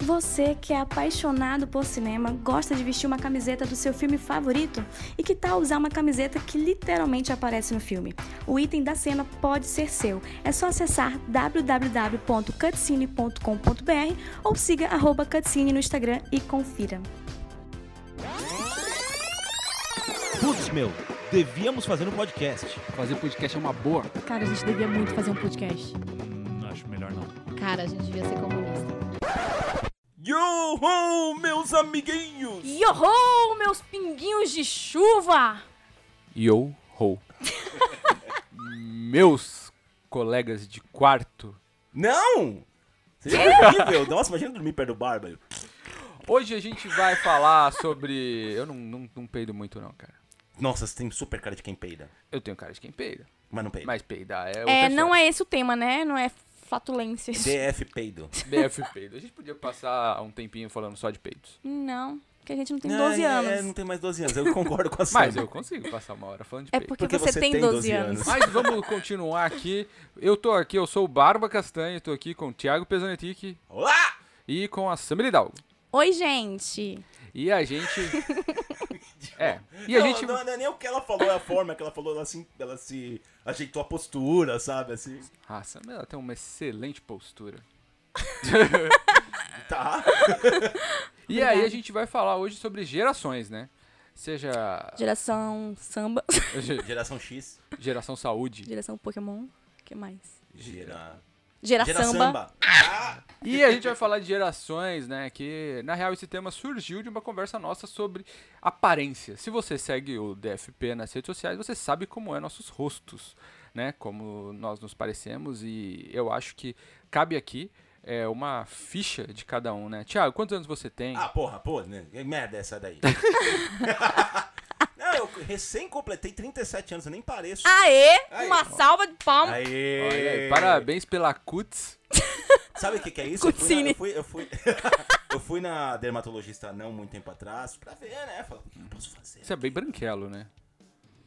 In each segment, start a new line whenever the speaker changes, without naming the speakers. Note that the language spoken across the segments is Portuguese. Você que é apaixonado por cinema, gosta de vestir uma camiseta do seu filme favorito? E que tal usar uma camiseta que literalmente aparece no filme? O item da cena pode ser seu. É só acessar www.cutscene.com.br ou siga arroba cutscene no Instagram e confira.
Putz, meu, devíamos fazer um podcast.
Fazer podcast é uma boa.
Cara, a gente devia muito fazer um podcast.
Acho melhor não.
Cara, a gente devia ser comunista.
Yo, meus amiguinhos!
Yoho, meus pinguinhos de chuva!
Yo ho. Meus colegas de quarto.
Não! Seria horrível. Nossa, imagina dormir perto do bárbaro.
Hoje a gente vai falar sobre. Eu não, não, não peido muito, não, cara.
Nossa, você tem super cara de quem peida.
Eu tenho cara de quem peida.
Mas não peida.
Mas peidar é outra
É, não
história.
é esse o tema, né? Não é flatulência.
DF peido.
é-
BF peido. A gente podia passar um tempinho falando só de peidos.
Não, que a gente não tem 12
É,
anos.
É, não tem mais 12 anos. Eu concordo com a Sandra.
Mas eu consigo passar uma hora falando de
É
peido.
porque, você, tem 12, anos.
Mas vamos continuar aqui. Eu tô aqui, eu sou o Barba Castanho, tô aqui com o Thiago Pesanetic
Olá!
e com a Samir Hidalgo.
Oi, gente.
E a gente. é. E a
não,
gente.
Não, não é nem o que ela falou, é a forma que ela falou. Ela, assim, ela se ajeitou a postura, sabe? Assim,
Ah, Samir, ela tem uma excelente postura.
tá.
E aí a gente vai falar hoje sobre gerações, né? Seja
Geração samba,
ge-
Geração X.
geração saúde.
geração Pokémon, o que mais?
Gera...
Gera,
Gera
samba.
samba. Ah!
E a gente vai falar de gerações, né? Que na real esse tema surgiu de uma conversa nossa sobre aparência. Se você segue o DFP nas redes sociais, você sabe como é nossos rostos, né? Como nós nos parecemos e eu acho que cabe aqui é, uma ficha de cada um, né? Tiago, quantos anos você tem?
Ah, porra, pô, né? Que merda é essa daí? não, eu recém completei 37 anos, eu nem pareço.
Aê,
Aí,
uma
ó.
salva de palmas.
Aê!
Ah, Olha aí, parabéns pela cuts.
Sabe o que, que é isso? Eu fui, na,
Cutscene.
eu, fui, eu, fui, eu fui na dermatologista não muito tempo atrás pra ver, né? Falar, o que eu posso fazer?
Isso é bem branquelo, né?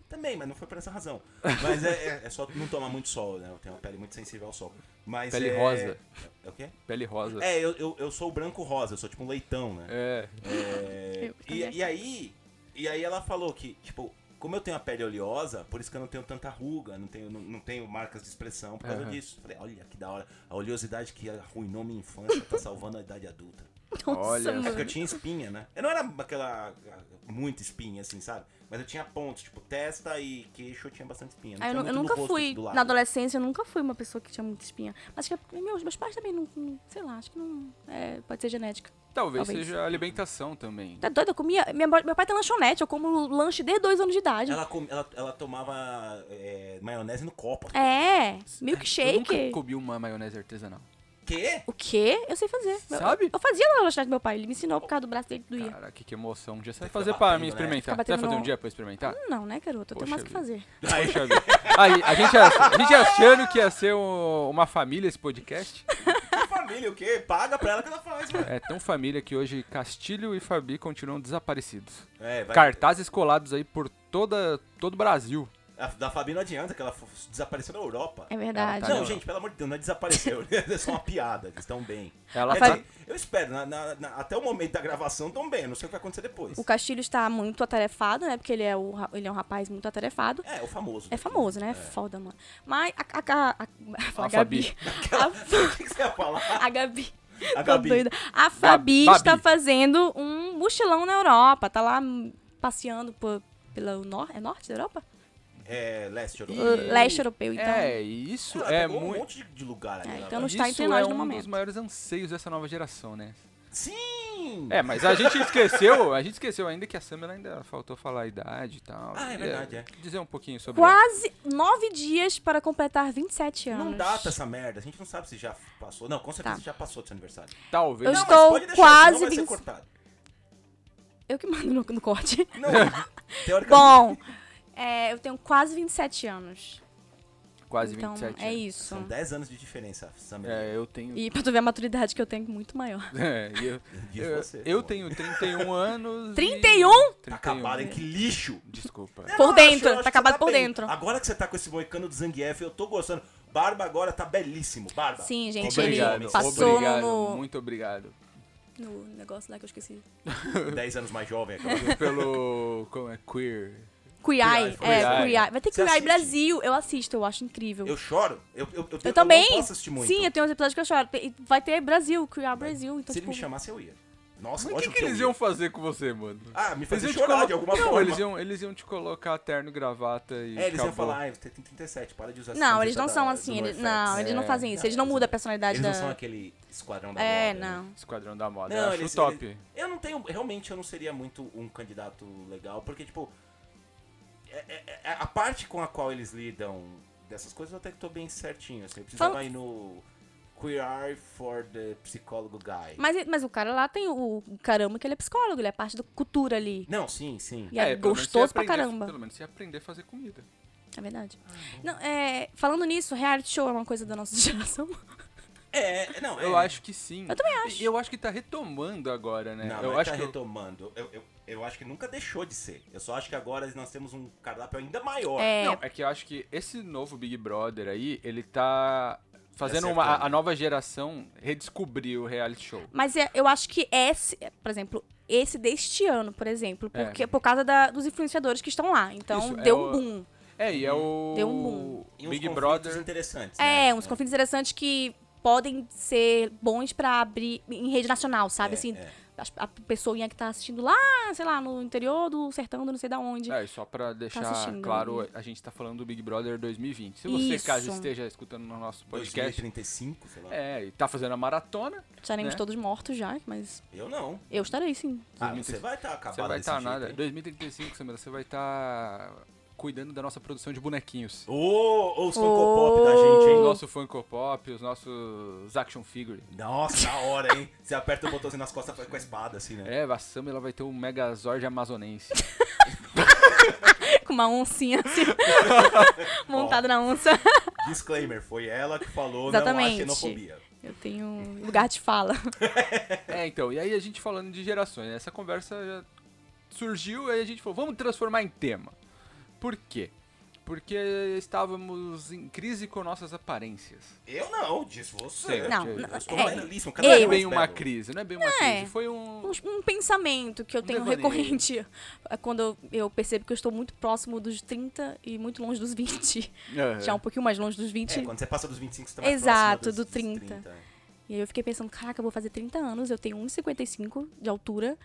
Também, mas não foi por essa razão. Mas é, é- é só não tomar muito sol, né? Eu tenho uma pele muito sensível ao sol. Mas
Pele
é-
rosa.
É o quê?
Pele rosa.
É, eu, eu, eu sou branco rosa, eu sou tipo um leitão, né?
É.
É,
Eu
e,
também
e aí, e aí ela falou que, tipo, como eu tenho a pele oleosa, por isso que eu não tenho tanta ruga, não tenho, não, não tenho marcas de expressão por causa
Aham.
disso. Falei, olha que da hora. A oleosidade que arruinou minha infância tá salvando a idade adulta. É
Nossa,
Olha só.
mano.
Porque eu tinha espinha, né? Eu não era aquela muito espinha, assim, sabe? Mas eu tinha pontos, tipo, testa e queixo eu tinha bastante espinha.
Ah, eu,
tinha
nu- eu
muito no
nunca
rosto,
fui,
do lado.
na adolescência, eu nunca fui uma pessoa que tinha muita espinha. Acho que é porque meus, meus pais também não, não- sei lá, acho que não, é, pode ser genética.
Talvez,
Talvez.
seja a alimentação também.
Tá doido? Eu comia, minha mo- meu pai tem lanchonete, eu como lanche desde dois anos de idade.
Ela, com- ela, ela tomava é, maionese no copo.
É,
Eu nunca
milkshake.
comi uma maionese artesanal.
Quê?
O quê? Eu sei fazer. Eu-
Sabe?
Eu fazia lá no lanchonete do meu pai, ele me ensinou por causa do braço dele doía.
Caraca, que emoção. Um dia você vai
Fica
fazer pra
batendo,
mim
né?
experimentar.
Fica
Você vai
batendo
fazer um
no-
dia pra eu experimentar?
Não, né, garoto? Eu tenho
Poxa
mais o que fazer.
Poxa vida. Aí, a gente, a gente achando que ia ser um- uma família esse podcast.
Que família, o quê? Paga pra ela que ela faz, mano.
É tão família que hoje Castilho e Fabi continuam desaparecidos.
É, vai-
Cartazes colados aí por toda, todo o Brasil.
A, da Fabi não adianta, que ela f- desapareceu da Europa.
É
Tá
verdade.
na
não,
Europa.
gente, pelo amor de Deus, não é desapareceu. é só uma piada, eles estão bem.
Ela
Quer
tá-
dizer, eu espero, na- na- na- até o momento da gravação estão bem, não sei o que vai acontecer depois.
O Castilho está muito atarefado, né? Porque ele é, o, ra- ele é um rapaz muito atarefado.
É, o famoso.
É famoso, né? Foda, mano. Mas a, a, a, a,
A
Gabi.
Fabi.
A,
O que que você ia falar?
Fa- a Gabi.
A
Tô
Gabi.
Tá doida. A Fabi
Babi.
está fazendo um mochilão na Europa. Tá lá hum, passeando por, pelo nor é norte da Europa?
É, leste europeu.
E-
Leste europeu, então.
É, e isso
Ela
é
pegou um
muito.
monte de- de lugar ali.
É,
na
então não
verdade.
está
Isso
entre nós
é
no
um dos
momento.
maiores anseios dessa nova geração, né?
Sim!
É, mas a gente esqueceu, a gente esqueceu ainda que a Samela ainda faltou falar a idade e tal.
Ah, é
E,
verdade, é.
Dizer um pouquinho sobre
Quase nove dias para completar 27 anos.
Não tá data essa merda, a gente não sabe se já passou. Não, com certeza
Tá.
já passou desse aniversário.
Talvez.
Eu
Não, mas
estou
pode deixar,
quase
senão vai ser
20.
cortado.
Eu que mando no, no corte.
Não, teoricamente.
Bom, é, eu tenho quase 27 anos.
Quase
então,
27
é
anos.
isso.
São 10 anos de diferença, Samir.
É, eu tenho.
E pra tu ver a maturidade que eu tenho, muito maior.
É, e eu,
Diz
eu,
você,
eu
pô.
tenho 31 anos. e-
31?
31.
Tá Acabado, hein? Que lixo!
Desculpa.
um Eu
Por
não
dentro,
eu
tá
que você
acabado por
bem.
dentro.
Agora que você tá com esse moicano do Zangief, eu tô gostando. Barba agora tá belíssimo, Barba.
Sim, gente,
Obrigado,
ele
Obrigado.
passou
obrigado,
no.
Muito obrigado.
no negócio lá que eu esqueci.
10 anos mais jovem, aquela coisa.
Pelo. Como é? Queer.
Queer Eye,
Queer Eye.
é, Queer Eye. Vai ter
Você
Queer Eye
assiste?
Brasil. Eu assisto, eu acho incrível.
Eu choro. Eu, eu, eu,
Eu também.
não posso assistir muito.
Sim, eu tenho uns episódios que eu choro. Tem- Vai ter Brasil, criar Brasil. Então,
Se ele
tipo,
me chamasse, eu ia. Nossa,
Mas o que,
lógico
que eles
eu ia.
iam fazer com você, mano?
Ah, me
Eles
fazer
iam te
chorar
colo-
de alguma
não,
forma.
Eles iam, eles iam te colocar terno, gravata e.
É, eles iam
acabou.
falar, ah, você tem 37, para de usar essa
não, eles
camiseta
não
da-
são
tá do
assim.
No
eles-
Effects."
não, eles não fazem isso. Eles não mudam a personalidade
Eles
da.
não são aquele esquadrão da
é,
moda, né?
não.
Esquadrão da moda.
Não,
eu acho
eles-
top.
eles- eu não tenho. Realmente eu não seria muito um candidato legal, porque, tipo. é- é- é- a parte com a qual eles lidam dessas coisas eu até que tô bem certinho. Assim, eu precisava
Fala-
ir no Queer Eye for the Psicólogo Guy.
Mas, mas o cara lá tem o, o caramba que ele é psicólogo, ele é parte da cultura ali.
Não, sim, sim.
E é,
pelo menos
gostoso
você
pra
aprender-
caramba.
Pelo menos você ia aprender a fazer comida.
É verdade.
Ah,
Não, é, falando nisso, reality show é uma coisa da nossa geração.
É, não,
Eu
é.
acho que sim. Eu também acho. E eu acho que tá retomando agora, né?
Não,
eu
mas
acho
tá
que eu-
retomando. Eu, eu, eu acho que nunca deixou de ser. Eu só acho que agora nós temos um cardápio ainda maior.
É,
Não, é que eu acho que esse novo Big Brother aí, ele tá fazendo
Acertando.
uma, a a nova geração redescobrir o reality show.
Mas é- eu acho que esse, por exemplo, esse deste ano, por exemplo,
É.
porque, por causa da- dos influenciadores que estão lá. Então,
Isso, é
deu
o-
um boom.
É, e é o
Deu um boom.
Uhum. E uns
Big
conflitos
Brother.
interessantes.
É,
né?
uns conflitos interessantes que podem ser bons pra abrir em rede nacional, sabe?
É,
assim,
é.
as- a, pessoinha que tá assistindo lá, sei lá, no interior do sertão, do não sei da onde.
É, e só pra deixar
tá assistindo né?
claro,
aí.
a gente tá falando do Big Brother 2020. Se você,
Isso.
caso esteja escutando no nosso podcast,
2035, sei lá.
é, e tá fazendo a maratona,
Estaremos
né?
todos mortos já, mas
Eu não.
eu estarei sim.
Ah,
2035.
você vai estar tá acabado
você vai
desse
estar
jeito,
nada.
hein?
2035, Samira, você vai estar cuidando da nossa produção de bonequinhos.
Ô, ô, os Funko Pop da gente,
O
hein?
nosso Funko Pop, os nossos action figure.
Nossa, da hora, hein? Você aperta o botãozinho nas costas com a espada, assim, né?
É, a Sam, ela vai ter um Megazord amazonense.
Com uma oncinha assim, montada na onça.
Disclaimer, foi ela que falou não há
Exatamente.
xenofobia.
Eu tenho lugar de fala.
é, então, e aí a gente falando de gerações, né? essa conversa já surgiu e a gente falou, vamos transformar em tema. Por quê? Porque estávamos em crise com nossas aparências.
Eu não, disse você. Tipo,
Sim,
Não,
eu
não,
Eu sou
é,
belíssimo, cada
Não
vez
é
Eu.
mais
bem uma
belo.
crise, não é bem uma
É.
crise, foi um...
um, um pensamento que eu tenho
devaneio.
recorrente é quando eu percebo que eu estou muito próximo dos 30 e muito longe dos 20.
Aham.
Já um pouquinho mais longe dos 20.
É, quando você passa dos 25, você tá mais
Exato,
próxima dos,
do
dos
30. E aí eu fiquei pensando, caraca, eu vou fazer 30 anos, eu tenho 1,55 de altura.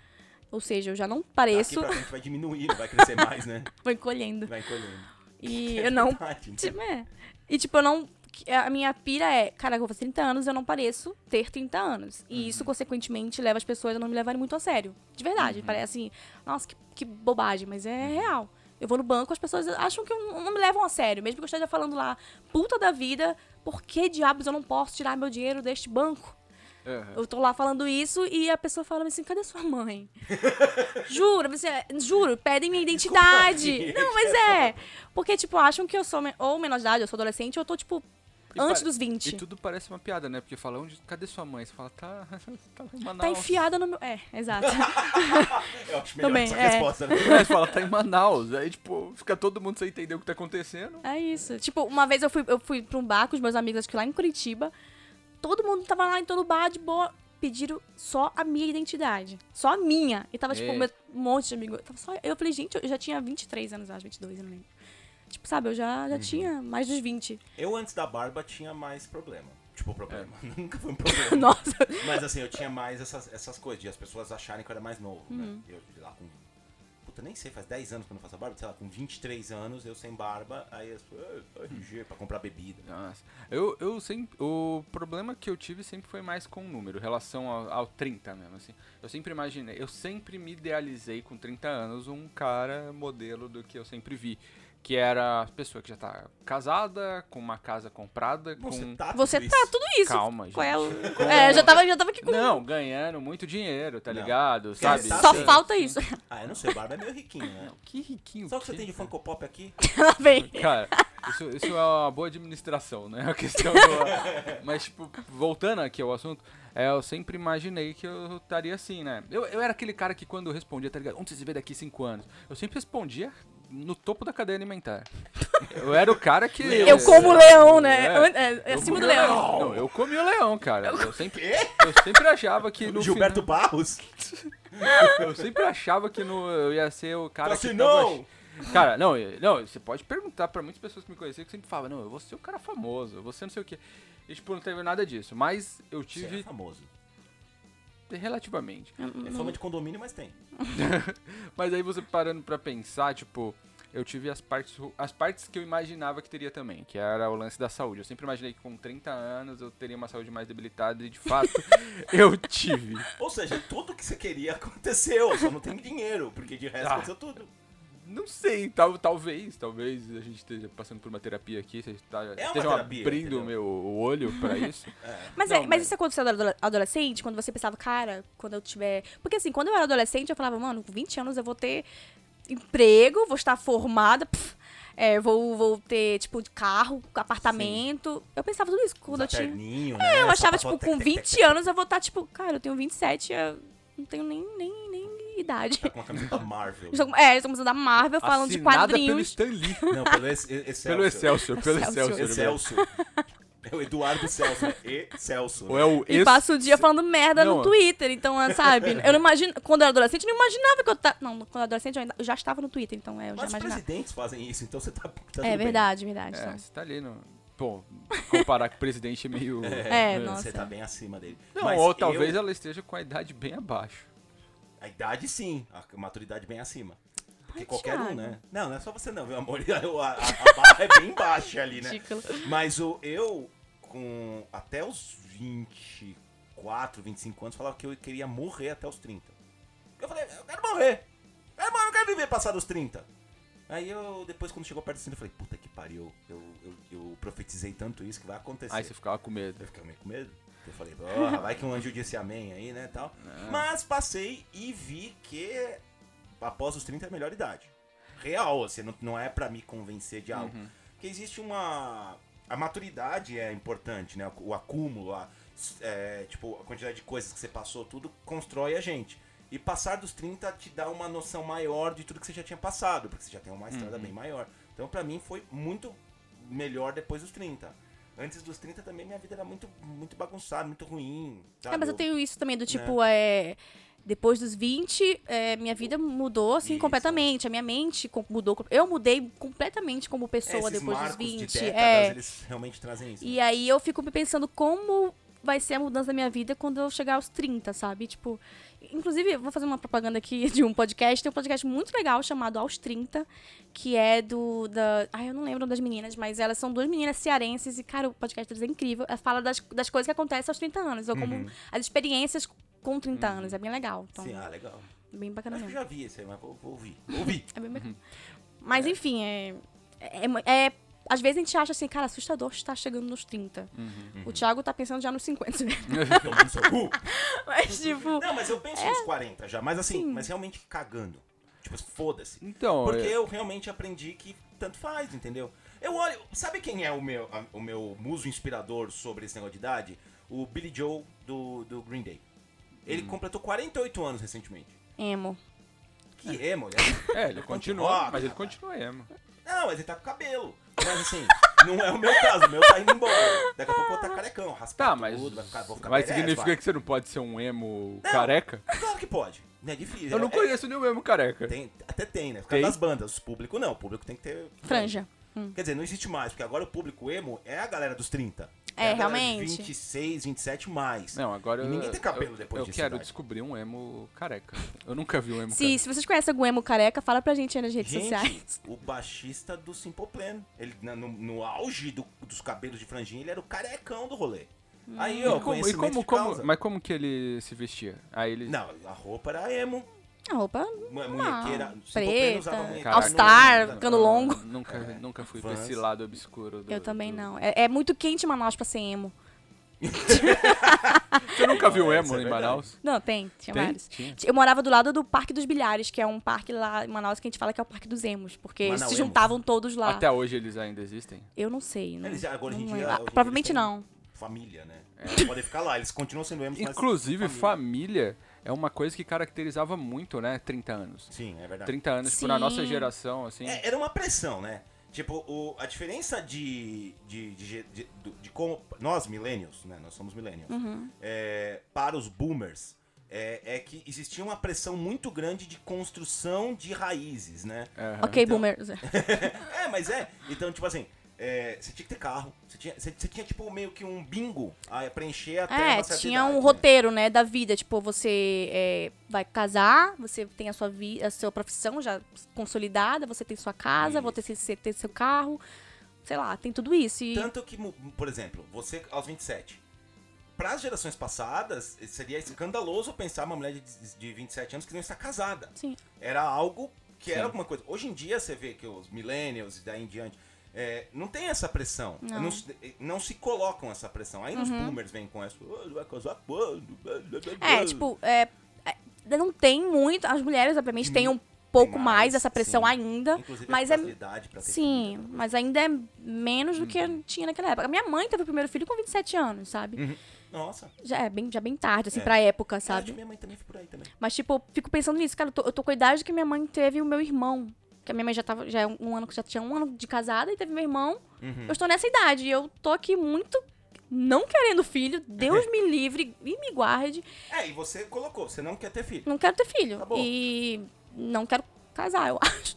Ou seja, eu já não
Daqui
pareço,
pra frente vai diminuir, não vai crescer mais, né?
vou encolhendo.
Vai encolhendo.
E
É
eu não.
verdade, né?
Tipo, é. E tipo, eu não. A minha pira é, caraca, eu vou fazer 30 anos, eu não pareço ter 30 anos. E isso, consequentemente, leva as pessoas a não me levarem muito a sério. De verdade. Parece assim, nossa, que, que bobagem, mas é real. Eu vou no banco, as pessoas acham que eu não não me levam a sério. Mesmo que eu esteja falando lá, puta da vida, por que diabos eu não posso tirar meu dinheiro deste banco?
Aham.
Eu tô lá falando isso e a pessoa fala assim, cadê sua mãe? juro, você, é, juro, pedem minha identidade.
Desculpa,
Não, mas é. Porque, tipo, acham que eu sou me- ou menor de idade, eu sou adolescente, ou eu tô, tipo,
E
antes
pa-
dos
E
20.
tudo parece uma piada, né? Porque fala, onde, cadê sua mãe? Você fala, tá, tá lá em
Tá
Manaus.
enfiada no meu. É, exato.
Eu acho melhor
Também,
essa
é.
resposta. né?
Mas fala, tá em Manaus. Aí, tipo, fica todo mundo sem entender o que tá acontecendo.
É isso. Tipo, uma vez eu fui, eu fui pra um bar com os meus amigos, acho que lá em Curitiba. Todo mundo tava lá em todo bar de boa. Pediram só a minha identidade. Só a minha. E tava, tipo,
Ei.
meu- um monte de amigo. Tava só... Eu falei, gente, eu já tinha 23 anos, acho, 22, eu não lembro. Tipo, sabe, eu já,
Uhum.
já tinha mais dos 20.
Eu antes da barba tinha mais problema. Tipo, problema. Nunca foi um problema.
Nossa.
Mas assim, eu tinha mais essas, essas coisas, de as pessoas acharem que eu era mais novo, né? Eu de lá com. Puta, nem sei, faz 10 anos que eu não faço a barba, sei lá, com 23 anos, eu sem barba, aí as pessoas. "Ah, RG, pra comprar bebida.
Nossa. Eu, eu sempre. O problema que eu tive sempre foi mais com o número, em relação ao, ao 30 mesmo, assim. Eu sempre imaginei, eu sempre me idealizei com 30 anos um cara modelo do que eu sempre vi. Que era a pessoa que já tá casada, com uma casa comprada,
Bom,
com.
Você tá
Você
tudo
tá
isso.
tudo isso.
Ah, Calma, gente.
Qual é o... É, eu já tava, já tava aqui com...
Não, ganhando muito dinheiro, tá
né? Não. tá
ligado?
Quer
Sabe?
dizer,
Só
Sim.
falta isso.
Ah, eu não sei, barba é meio riquinho, né?
Não, que riquinho.
Só que você
que-
tem de Funko Pop aqui?
Tá Lá vem.
Cara, isso, isso é uma boa administração, né? A questão. do- Mas, tipo, voltando aqui ao assunto, é, eu sempre imaginei que eu estaria assim, né? Eu, eu era aquele cara que quando eu respondia, tá ligado? Onde você se vê daqui cinco anos? Eu sempre respondia no topo da cadeia alimentar. Eu era o cara que.
Eu como o leão, né?
É.
An- é,
Eu
acima
comi
do
o
leão.
Não, eu comi o leão, cara. Eu sempre, eu sempre achava que no
Gilberto Barros?
final- eu sempre achava que no, eu ia ser o cara
Fala
que
assim,
tava-
não!
Cara, não, eu- não, você pode perguntar pra muitas pessoas que me conheciam que sempre falavam, não, eu vou ser o cara famoso, eu vou ser não sei o quê. E tipo, não teve nada disso, mas eu
Você é
tive
famoso.
relativamente.
É fama de condomínio, mas tem.
Mas aí você parando pra pensar, tipo, eu tive as partes, ru- as partes que eu imaginava que teria também, que era o lance da saúde. Eu sempre imaginei que com 30 anos eu teria uma saúde mais debilitada e de fato eu tive.
Ou seja, tudo que você queria aconteceu, só não tem dinheiro, porque de resto
Ah.
aconteceu tudo.
Não sei, tal, talvez, talvez a gente esteja passando por uma terapia aqui, vocês
É
tá,
uma
estejam
terapia,
abrindo
entendeu?
o meu o olho pra isso.
Mas,
Não,
é, mas,
mas-
isso aconteceu adole- adolescente, quando você pensava, cara, quando eu tiver. Porque assim, quando eu era adolescente, eu falava, mano, com 20 anos eu vou ter emprego, vou estar formada, pff, é, vou, vou ter, tipo, de carro, apartamento. Eu pensava tudo isso quando eu tinha.
Terninho, né?
Eu achava, tipo,
Sapato,
com
tec, tec, tec,
20 anos eu vou estar, tipo, cara, eu tenho 27, eu não tenho nem, nem, nem idade.
Tá com a camiseta Marvel.
Estou- É, estamos usando a Marvel falando de
Assinada pelo
quadrinhos.
Stan Lee.
Não, pelo ex Excelso.
Pelo Excelsior, pelo
Excelsior.
Excelsior. né?
Excelso. É o Eduardo Celso, né? E Celso.
Ou é o
E
ex-
passa o dia falando merda
Não.
no Twitter, então, é, sabe? Eu não imagino. Quando eu era adolescente, eu não imaginava que eu tava. Não, quando eu era adolescente, eu, ainda- eu já estava no Twitter, então é, eu já
Mas os
imaginava.
presidentes fazem isso, então você tá. tá tudo
É
bem.
verdade, verdade.
É,
então.
você tá ali no... Bom, comparar com o presidente é meio...
É, nossa.
Você tá bem acima dele.
Não,
Mas
ou talvez
eu-
ela esteja com a idade bem abaixo.
A idade sim, a maturidade bem acima. Porque
Ai,
qualquer um,
Thiago.
né? Não, não é só você não, meu amor. A, a, a barra é bem baixa ali, né?
Ridículo.
Mas o, eu, com até os 24, 25 anos, falava que eu queria morrer até os 30. Eu falei, eu quero morrer. Eu quero morrer, eu não quero viver passar dos 30. Aí eu, depois, quando chegou perto dos 30, eu falei, puta que pariu. Eu, eu, eu profetizei tanto isso que vai acontecer.
Aí você ficava com medo.
Eu fiquei meio com medo. Eu falei, porra, vai que um anjo disse amém aí, né, tal. Mas passei e vi que após os 30 é a melhor idade. Real, assim, não, não é pra me convencer de algo. Porque existe uma... A maturidade é importante, né? O acúmulo, a, é, tipo, a quantidade de coisas que você passou, tudo constrói a gente. E passar dos 30 te dá uma noção maior de tudo que você já tinha passado, porque você já tem uma estrada bem maior. Então, pra mim, foi muito melhor depois dos 30. Antes dos 30 também minha vida era muito, muito bagunçada, muito ruim.
É, mas eu
sabe?
tenho isso também, do tipo, é. Depois dos 20, é, minha vida mudou, assim,
Isso.
completamente. A minha mente com- mudou. Eu mudei completamente como
É, esses
pessoa depois dos
marcos
20.
De décadas,
é.
Eles realmente trazem isso.
E aí eu fico me pensando como vai ser a mudança da minha vida quando eu chegar aos 30, sabe? Tipo, inclusive, eu vou fazer uma propaganda aqui de um podcast. Tem um podcast muito legal chamado Aos 30, que é do da, ai, eu não lembro o nome das meninas, mas elas são duas meninas cearenses e cara, o podcast deles é incrível. Ela fala das, das coisas que acontecem aos 30 anos, ou como as experiências com 30 anos, é bem legal. Então,
Sim, ah, legal.
bem bacana
Acho que eu
mesmo.
já vi isso aí, mas vou, vou ouvir. Vou ouvir.
É bem bacana. Mas enfim, é, é, é- é- Às vezes a gente acha assim, cara, assustador estar chegando nos 30.
Uhum.
O Thiago tá pensando já nos 50, né?
Tomando seu cu.
Mas, tipo,
Não, mas eu penso nos 40 já, mas assim, mas realmente cagando. Tipo, foda-se.
Então,
Porque
é-
eu realmente aprendi que tanto faz, entendeu? Eu olho. Sabe quem é o meu, a- o meu muso inspirador sobre esse negócio de idade? O Billy Joe do, do Green Day. Ele completou 48 anos recentemente.
emo.
Que é, mulher.
é, ele continua,
Rock,
mas ele
rapaz.
continua emo.
Não, mas ele tá com cabelo. Mas assim, não é o meu caso, o meu tá indo embora. Daqui a pouco eu vou tá carecão, raspar
Tá, mas
tudo, vai ficar, vou ficar
vai
badass,
significar
vai.
que você não pode ser um emo careca?
Claro que pode. Não é difícil.
Eu não
É-
conheço nenhum emo careca.
Tem, até tem, né? Por
Tem?
causa das bandas. O público não, o público tem que ter.
Franja. Hum.
Quer dizer, não existe mais, porque agora o público emo é a galera dos 30.
É,
a galera de
realmente.
26, 27 mais.
Não, agora eu-
Ninguém tem cabelo
eu,
depois
Eu
disso,
quero
idade.
descobrir um emo careca. Eu nunca vi um emo
Se, se vocês conhecem algum emo careca, fala pra gente aí nas redes
Gente,
sociais.
o baixista do Simple Plan. Ele, na- no, no auge do- dos cabelos de franjinha, ele era o carecão do rolê.
Hum.
Aí, ó,
careca. E como, e
conhecimento
como,
de
como,
causa.
mas como que ele se vestia? Aí ele.
Não, a roupa era emo.
A roupa
Mu-
normal,
Munhequeira. Simple Plan
Ah, preta,
usava munhequeira
All
no-
Star,
no-
cano longo.
Nunca,
é,
nunca fui pra
Vans.
esse lado obscuro. do-
Eu também
do-
não. É, é muito quente em Manaus pra ser emo.
Você nunca viu
Não,
emo
isso é
em
verdade.
Manaus?
Não, tem, tinha
Tem?
vários.
Tinha.
Eu morava do lado do Parque dos Bilhares, que é um parque lá em Manaus que a gente fala que é o Parque dos Emos, porque
Manaus
se
Emo.
juntavam todos lá.
Até hoje eles ainda existem?
Eu não sei, não,
Eles já- agora,
não
hoje em dia-
lembro.
hoje
Ah,
em dia
Provavelmente
eles têm-
não.
Família, né? Podem ficar lá, eles continuam sendo emos, mas-
Inclusive, família. é uma coisa que caracterizava muito, né? 30 anos.
Sim, é verdade.
30 anos, tipo, na nossa
Sim.
geração, assim.
É, era uma pressão, né? Tipo, o, a diferença de, de, de, de, de- de como. Nós, millennials, né? Nós somos millennials.
Uhum.
é, para os boomers. É, é que existia uma pressão muito grande de construção de raízes, né?
Ok,
Então-
boomers.
É, mas é. Então, tipo assim, é, você tinha que ter carro. Você tinha, você, você tinha tipo, meio que um bingo a preencher até
É,
uma certa
tinha
idade,
um
né?
roteiro, né, da vida. Tipo, você é, vai casar, você tem a sua, vi a sua profissão já consolidada, você tem sua casa,
Isso.
você tem, você tem seu carro, sei lá, tem tudo isso. E
Tanto que, mu- por exemplo, você aos 27. Para as gerações passadas, seria escandaloso pensar uma mulher de, de 27 anos que não está casada.
Sim.
Era algo que
Sim.
era alguma coisa. Hoje em dia, você vê que os millennials e daí em diante. é, não tem essa pressão.
Não. Uhum.
se- é, não se colocam essa pressão. Aí os boomers vêm com essa. "Ah, vai casar quando?
É, tipo, é, é, não tem muito. As mulheres, obviamente, têm um pouco
Tem mais,
mais dessa pressão
sim.
ainda.
Inclusive,
mas
a
é.
facilidade pra ter
Sim,
filho. né? Uhum.
mas ainda é menos do que tinha naquela época. A minha mãe teve o primeiro filho com 27 anos, sabe?
Nossa.
Já é bem, já bem tarde, assim,
Hum. É.
pra época,
Acho que
sabe?
minha mãe também foi por aí também.
Mas, tipo, eu fico pensando nisso, cara, eu tô, eu tô com a idade que minha mãe teve o meu irmão. Que a minha mãe já tava, já é um, um ano, já tinha um ano de casada e teve meu irmão.
Uhum.
Eu estou nessa idade e eu tô aqui muito não querendo filho. Deus me livre e me guarde.
É, e você colocou, você não quer ter filho.
Não quero ter filho.
Acabou.
E não quero casar, eu acho.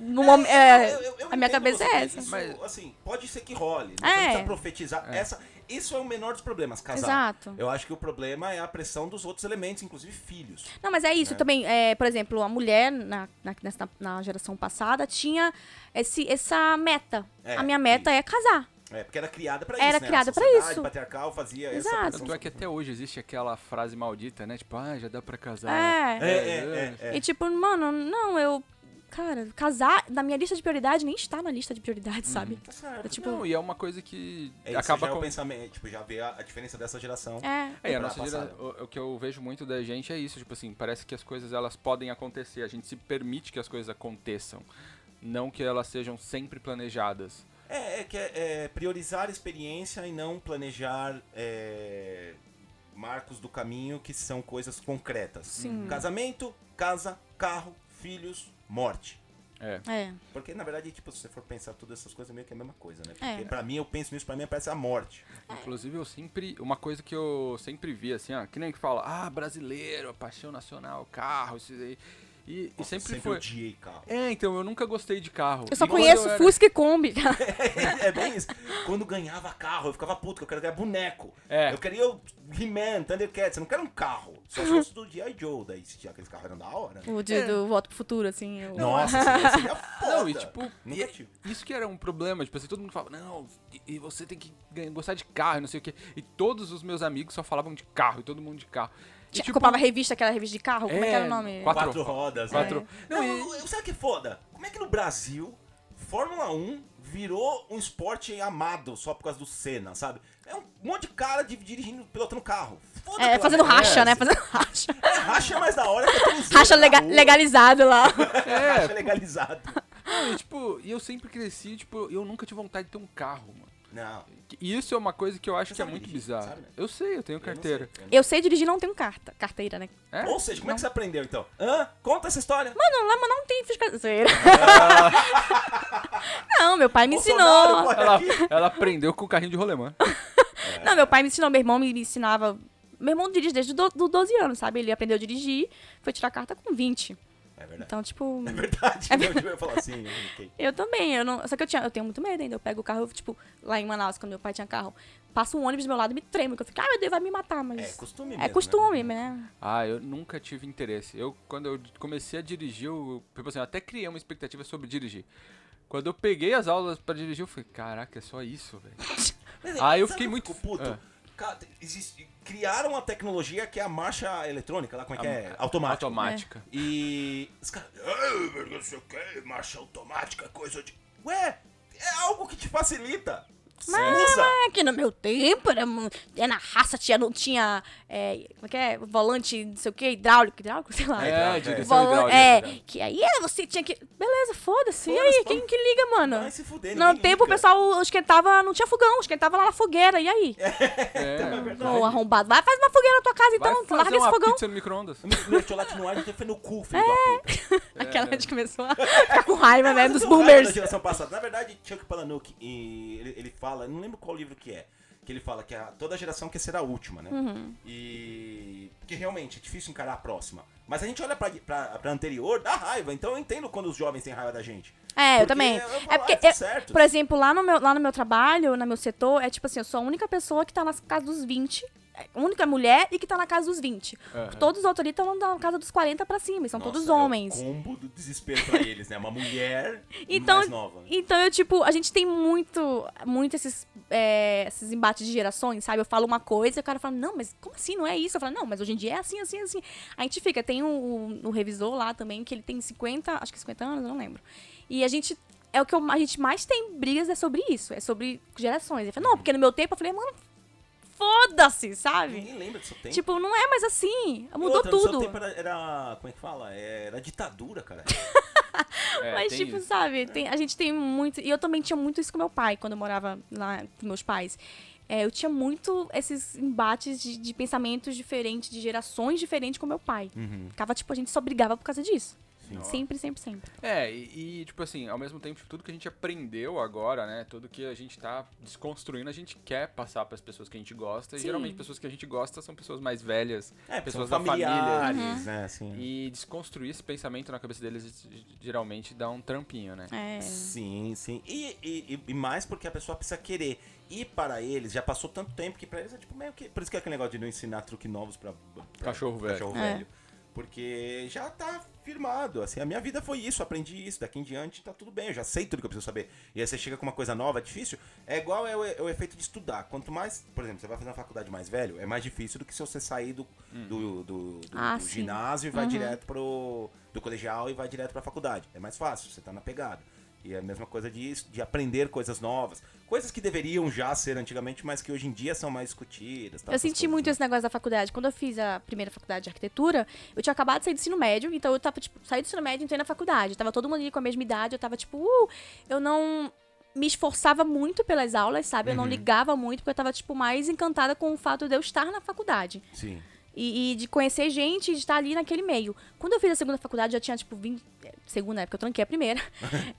No momen- é,
Eu- eu- eu
a minha
entendo
cabeça
você,
é essa.
Isso,
Mas-
assim, pode ser que role. Não
É.
precisa profetizar. Essa, isso é o menor dos problemas, casar.
Exato.
Eu acho que o problema é a pressão dos outros elementos, inclusive filhos.
Não, mas é isso também. É, por exemplo, a mulher na, na, nessa- na geração passada tinha esse, essa meta.
É,
a minha meta é casar.
É, porque era criada pra
Era
isso, né?
criada
A
pra
sociedade
isso.
patriarcal fazia essa
Exato.
pressão.
Tanto é que até hoje existe aquela frase maldita, né? Tipo, ah, já dá pra casar.
É.
É, é, é, é.
E tipo, mano, não, eu. Cara, casar na minha lista de prioridade nem está na lista de prioridade, sabe?
Tá certo.
É tipo.
Não, e é uma coisa que
É, isso já
acaba
é o
com...
pensamento, tipo, já vê a, a diferença dessa geração.
É.
É, a
Pra
nossa
passada.
gera... o, o que eu vejo muito da gente é isso, tipo assim, parece que as coisas elas podem acontecer, a gente se permite que as coisas aconteçam, não que elas sejam sempre planejadas.
É, é que é, é priorizar experiência e não planejar é, marcos do caminho que são coisas concretas. Hum.
Sim.
Casamento, casa, carro, filhos, morte.
É.
É.
Porque, na verdade, tipo, se você for pensar todas essas coisas, meio que é a mesma coisa, né?
É.
Porque pra mim, eu penso nisso, pra mim parece a morte.
Inclusive eu sempre, uma coisa que eu sempre vi assim, ó, que nem que fala, ah, brasileiro, a paixão nacional, carro, isso aí. E, e
Nossa, eu
sempre foi.
odiei carro.
É, então eu nunca gostei de carro.
Eu só
E quando
conheço
eu né? era-
Fusca e Kombi. cara.
é bem isso. Quando ganhava carro, eu ficava puto, que eu quero ganhar boneco.
É.
Eu queria o He-Man, Thundercats, eu não quero um carro. Só se fosse do G.I. Joe, daí se tinha aqueles carros eram da hora, né?
o de, do Voto pro Futuro, assim. eu-
Nossa, seria, seria foda.
Não, e tipo,
Nunca
e-
tive.
isso que era um problema, tipo assim, todo mundo falava, não, e, e você tem que ganhar- gostar de carro, e não sei o quê. E todos os meus amigos só falavam de carro, e todo mundo de carro. E,
Tinha,
tipo,
comprava revista, aquela revista de carro, como é que
É,
era o nome?
quatro-
quatro rodas.
quatro-
Né?
Não,
Não,
e-
eu- eu- sabe que é foda? Como é que no Brasil, Fórmula 1 virou um esporte amado só por causa do Senna, sabe? É um monte de cara de- dirigindo, pilotando carro. Foda
É,
pela
fazendo
merda.
racha, né? Fazendo racha.
É, racha é mais da hora que a torcida
Racha
na
lega-
rua.
legalizado lá.
É.
Racha legalizado.
não, e, tipo, e eu sempre cresci, tipo, eu nunca tive vontade de ter um carro, mano.
Não.
E isso é uma coisa que eu acho
Você
que é
sabe
muito
dirigir,
bizarro.
sabe, né?
Eu sei, eu tenho
Eu não
carteira.
sei, eu não-
Eu sei dirigir, não tenho carta. Carteira, né?
É?
Ou seja, como é que você aprendeu então? Hã? Conta essa história.
Mano, lá mas Ah, não tem fiscalizadeira. não, meu pai me
Bolsonaro,
ensinou.
olha
Ela,
tá aqui.
ela aprendeu com o carrinho de rolemã.
Não, meu pai me ensinou. Meu irmão me me ensinava. Meu irmão dirige desde do- do 12 anos, sabe? Ele aprendeu a dirigir, foi tirar carta com 20.
É verdade.
Então, tipo,
É verdade. Eu ia falar assim, ok.
eu também. Eu não, só que eu, tinha, eu tenho muito medo ainda. Eu pego o carro, eu, tipo, lá em Manaus, quando meu pai tinha carro, passa um ônibus do meu lado e me tremo. Que eu fico, ai meu Deus, vai me matar. Mas
É costume mesmo,
É
né?
costume, né?
Ah, eu nunca tive interesse. Eu, quando eu comecei a dirigir, eu, tipo assim, eu até criei uma expectativa sobre dirigir. Quando eu peguei as aulas pra dirigir, eu falei, caraca, é só isso, velho.
Mas, é
Ah, eu
sabe
fiquei
o que
muito-
eu fico puto.
Ah.
Cara, te- existe- criaram a tecnologia que é a marcha eletrônica, lá como é que é? Automática. É.
Automática.
E os caras, "Ah, mas não sei o que, marcha automática, é coisa de. Ué, é algo que te facilita. Usa!
É que no meu tempo era, mu- era na raça, tinha, não tinha. é, como é que é? Volante, não sei o que, hidráulico, hidráulico, sei lá.
É,
É,
direção
direção
Volan-
hidráulica.
é, que aí é, você tinha que. Beleza, foda-se. e aí,
Foda-se,
quem que liga, mano?
Vai se fuder,
No
ninguém
tempo o
liga.
pessoal esquentava, não tinha fogão, esquentava lá na fogueira, e aí?
É,
Ô, arrombado, vai, faz uma fogueira na tua casa
Vai
então,
fazer
larga esse
uma
fogão.
pizza no micro-ondas.
Meu chocolate no ar, ele foi no cu,
É.
filho da puta.
Aquela gente começou a ficar com raiva, né, dos
Não, cara, Da
boomers.
geração passada. Na verdade, Chuck Palahniuk, e ele, ele fala, eu não lembro qual livro que é, que ele fala que a, toda geração quer ser a última, né?
Uhum.
E que realmente é difícil encarar a próxima. Mas a gente olha pra, pra, pra anterior, dá raiva. Então eu entendo quando os jovens têm raiva da gente.
É,
Porque
eu também.
eu falo,
é
ah,
porque,
tá
eu-
certo.
por exemplo, lá no, meu, lá no meu trabalho, no meu setor, é tipo assim, eu sou a única pessoa que tá na casa dos 20. é, a única mulher e que tá na casa dos 20.
Aham.
Todos os outros ali estão na casa dos 40 pra cima, e são
Nossa,
todos
é o
homens.
combo do desespero pra eles, né? Uma mulher
Então-
mais nova. né?
Então, eu, tipo, a gente tem muito, muito esses, é, esses embates de gerações, sabe? Eu falo uma coisa e o cara fala, não, mas como assim? Não é isso? Eu falo, não, mas hoje em dia é assim, assim, assim. A gente fica, tem um, um revisor lá também, que ele tem 50, acho que 50 anos, eu não lembro. E a gente. É o que eu- a gente mais tem brigas é sobre isso, é sobre gerações. Ele fala, não, porque no meu tempo eu falei, mano, foda-se, sabe?
Ninguém lembra disso tempo.
Tipo, não é mais assim. Mudou
Outra, No seu
tudo.
tempo era, era- Como é que fala? Era ditadura, cara.
É,
Mas,
tem
tipo,
isso.
sabe, tem- a gente tem muito. E eu também tinha muito isso com meu pai, quando eu morava lá com meus pais. É, eu tinha muito esses embates de, de pensamentos diferentes, de gerações diferentes com meu pai.
Uhum.
Ficava, tipo, a gente só brigava por causa disso. Sempre, sempre, sempre.
É, e, e, tipo assim, ao mesmo tempo, tipo, tudo que a gente aprendeu agora, né? Tudo que a gente tá desconstruindo, a gente quer passar pras pessoas que a gente gosta. E
Sim.
geralmente, pessoas que a gente gosta são pessoas mais velhas,
É, pessoas
pessoas da família.
familiares,
Uhum.
né? Assim.
E desconstruir esse pensamento na cabeça deles g- geralmente dá um trampinho, né?
É.
Sim, sim. E, e, e- e mais porque a pessoa precisa querer. E para eles, já passou tanto tempo que para eles é tipo meio que. Por isso que é aquele negócio de não ensinar truques novos pra, pra
Cachorro velho.
É.
Porque já tá firmado. Assim, a minha vida foi isso, aprendi isso. Daqui em diante tá tudo bem, eu já sei tudo que eu preciso saber. E aí você chega com uma coisa nova, difícil. É igual é o, é o efeito de estudar. Quanto mais, por exemplo, você vai fazer uma faculdade mais velho, é mais difícil do que se você sair do, do, do- do-
Ah,
do
sim.
ginásio e vai direto pro. do colegial e vai direto pra faculdade. É mais fácil, você tá na pegada. E é a mesma coisa de, de aprender coisas novas. Coisas que deveriam já ser antigamente, mas que hoje em dia são mais discutidas. tal,
Eu
essas
senti
coisas,
muito
né?
esse negócio da faculdade. Quando eu fiz a primeira faculdade de arquitetura, eu tinha acabado de sair do ensino médio, então eu tava, tipo, saí do ensino médio e entrei na faculdade. Tava todo mundo ali com a mesma idade, eu tava, tipo, uh, eu não me esforçava muito pelas aulas, sabe? Eu
Uhum.
não ligava muito, porque eu tava, tipo, mais encantada com o fato de eu estar na faculdade.
Sim.
E, e de conhecer gente e de estar ali naquele meio. Quando eu fiz a segunda faculdade, já tinha, tipo, 20. é, Segunda, é porque eu tranquei a primeira.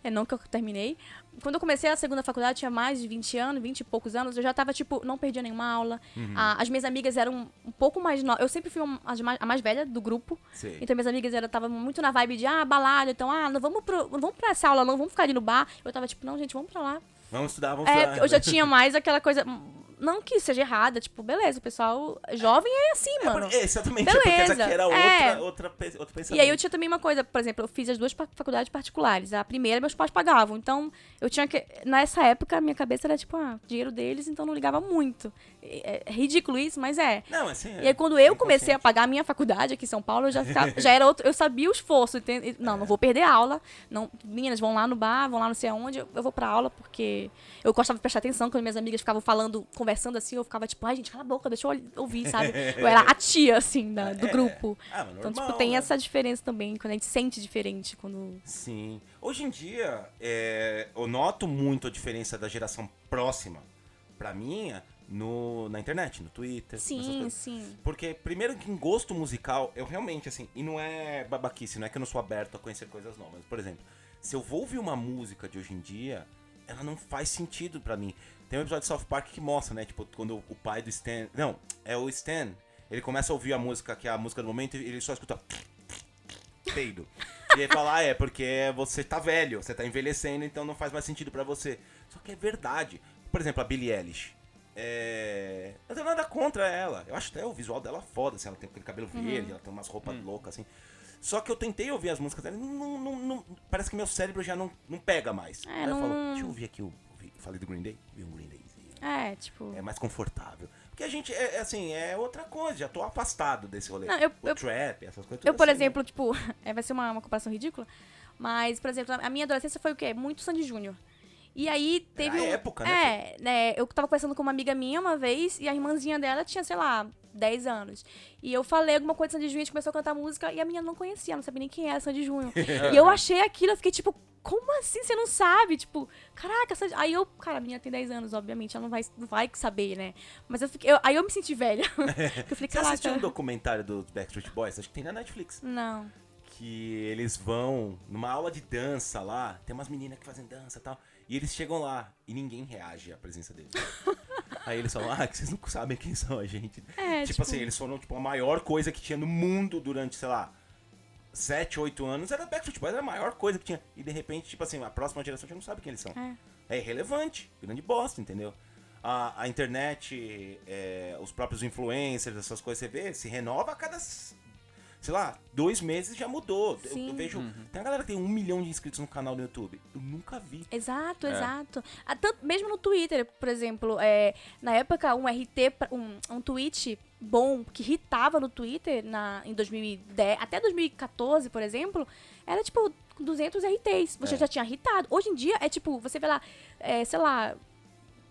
é não que eu terminei. Quando eu comecei a segunda faculdade, eu tinha mais de 20 anos, 20 e poucos anos. Eu já tava, tipo, não perdia nenhuma aula. Ah, as minhas amigas eram um pouco mais novas. Eu sempre fui uma- as mais- a mais velha do grupo.
Sei.
Então minhas amigas eram- estavam muito na vibe de, ah, balada. Então, ah, não vamos, pro, não vamos pra essa aula, não, vamos ficar ali no bar. Eu tava, tipo, não, gente, vamos pra lá.
Vamos estudar, vamos
É,
estudar.
porque eu já tinha mais aquela coisa. hum, Não que seja errada, tipo, beleza, o pessoal jovem é assim, mano.
É, exatamente, é porque essa
Beleza,
aqui era outra,
é.
outra, pe- outro pensamento.
E aí eu tinha também uma coisa, por exemplo, eu fiz as duas pa- faculdades particulares. A primeira meus pais pagavam, então eu tinha que. Nessa época, a minha cabeça era tipo, ah, dinheiro deles, então não ligava muito. É, é ridículo isso, mas é.
Não, assim,
E aí, quando eu comecei a pagar a minha faculdade aqui em São Paulo, eu já, ficava- já era outro. Eu sabia o esforço. entende? Não, não vou perder a aula. Não, meninas, vão lá no bar, vão lá não sei aonde. Eu, eu vou pra aula porque eu gostava de prestar atenção quando minhas amigas ficavam falando, conversando assim. Eu ficava tipo, ai, gente, cala a boca, deixa eu ol- ouvir, sabe? Eu era a tia, assim, da- do
É.
grupo.
Ah, mas
Então, tipo,
normal,
tem
né?
essa diferença também, quando a gente sente diferente, quando...
Sim. Hoje em dia, é, eu noto muito a diferença da geração próxima pra minha no, na internet, no Twitter. nessas
Sim,
coisas.
sim.
Porque, primeiro, que em gosto musical, eu realmente, assim, e não é babaquice, não é que eu não sou aberto a conhecer coisas novas. Por exemplo, se eu vou ouvir uma música de hoje em dia, ela não faz sentido pra mim. Tem um episódio de South Park que mostra, né? Tipo, quando o pai do Stan. Não, é o Stan. Ele começa a ouvir a música, que é a música do momento, e ele só escuta. Peido. E aí fala, ah, é, porque você tá velho, você tá envelhecendo, então não faz mais sentido pra você. Só que é verdade. Por exemplo, a Billie Eilish. É... Eu não tenho nada contra ela. Eu acho até o visual dela foda, assim, ela tem aquele cabelo
Uhum.
verde, ela tem umas roupas
Hum.
loucas, assim. Só que eu tentei ouvir as músicas dela e não, não- não- parece que meu cérebro já não, não pega mais.
É,
Aí eu
não-
falo, deixa eu ouvir aqui o... ouvir- Falei do Green Day? Vi um Green Dayzinho.
É, tipo...
É mais confortável. Porque a gente, é, é assim, é outra coisa. Já tô afastado desse rolê.
Não, eu-
o
eu-
trap, essas coisas.
Eu,
tudo
por
assim, né?
exemplo, tipo, é, vai ser uma, uma comparação ridícula, mas, por exemplo, a minha adolescência foi o quê? Muito Sandy Júnior. E aí teve.
Era a
um-
época, né,
É, né? Eu tava conversando com uma amiga minha uma vez e a irmãzinha dela tinha, sei lá, 10 anos. E eu falei alguma coisa de Sandy Júnior, a gente começou a cantar música e a menina não conhecia, não sabia nem quem era Sandy Júnior. e eu achei aquilo, eu fiquei tipo, como assim? Você não sabe? Tipo, caraca, Sandy. Aí eu, cara, a menina tem 10 anos, obviamente, ela não vai, não vai saber, né? Mas eu fiquei. eu- aí eu me senti velha. Porque eu falei,
Você assistiu um
caraca.
documentário do Backstreet Boys? Acho que tem na Netflix.
Não.
Tipo Que eles vão numa aula de dança lá, tem umas meninas que fazem dança e tal. E eles chegam lá e ninguém reage à presença deles. Aí eles falam, ah, que vocês não sabem quem são a gente.
É,
tipo, assim, eles foram tipo, a maior coisa que tinha no mundo durante, sei lá, 7, 8 anos. Era Backstreet Boys, era a maior coisa que tinha. E de repente, tipo assim, a próxima geração já não sabe quem eles são.
É.
É irrelevante, grande bosta, entendeu? A, a internet, é, os próprios influencers, essas coisas, você vê, se renova a cada, s- sei lá, dois meses já mudou. Eu- Eu,
Sim.
vejo. Tem uma galera que tem um milhão de inscritos no canal do YouTube. Eu nunca vi.
Exato,
É.
exato. Ah, tanto- mesmo no Twitter, por exemplo, é, na época, um RT, pra- um, um tweet bom que irritava no Twitter na, em 2010, até 2014, por exemplo, era tipo 200 RTs.
É.
Você já tinha irritado. Hoje em dia é tipo, você vê lá, é, sei lá,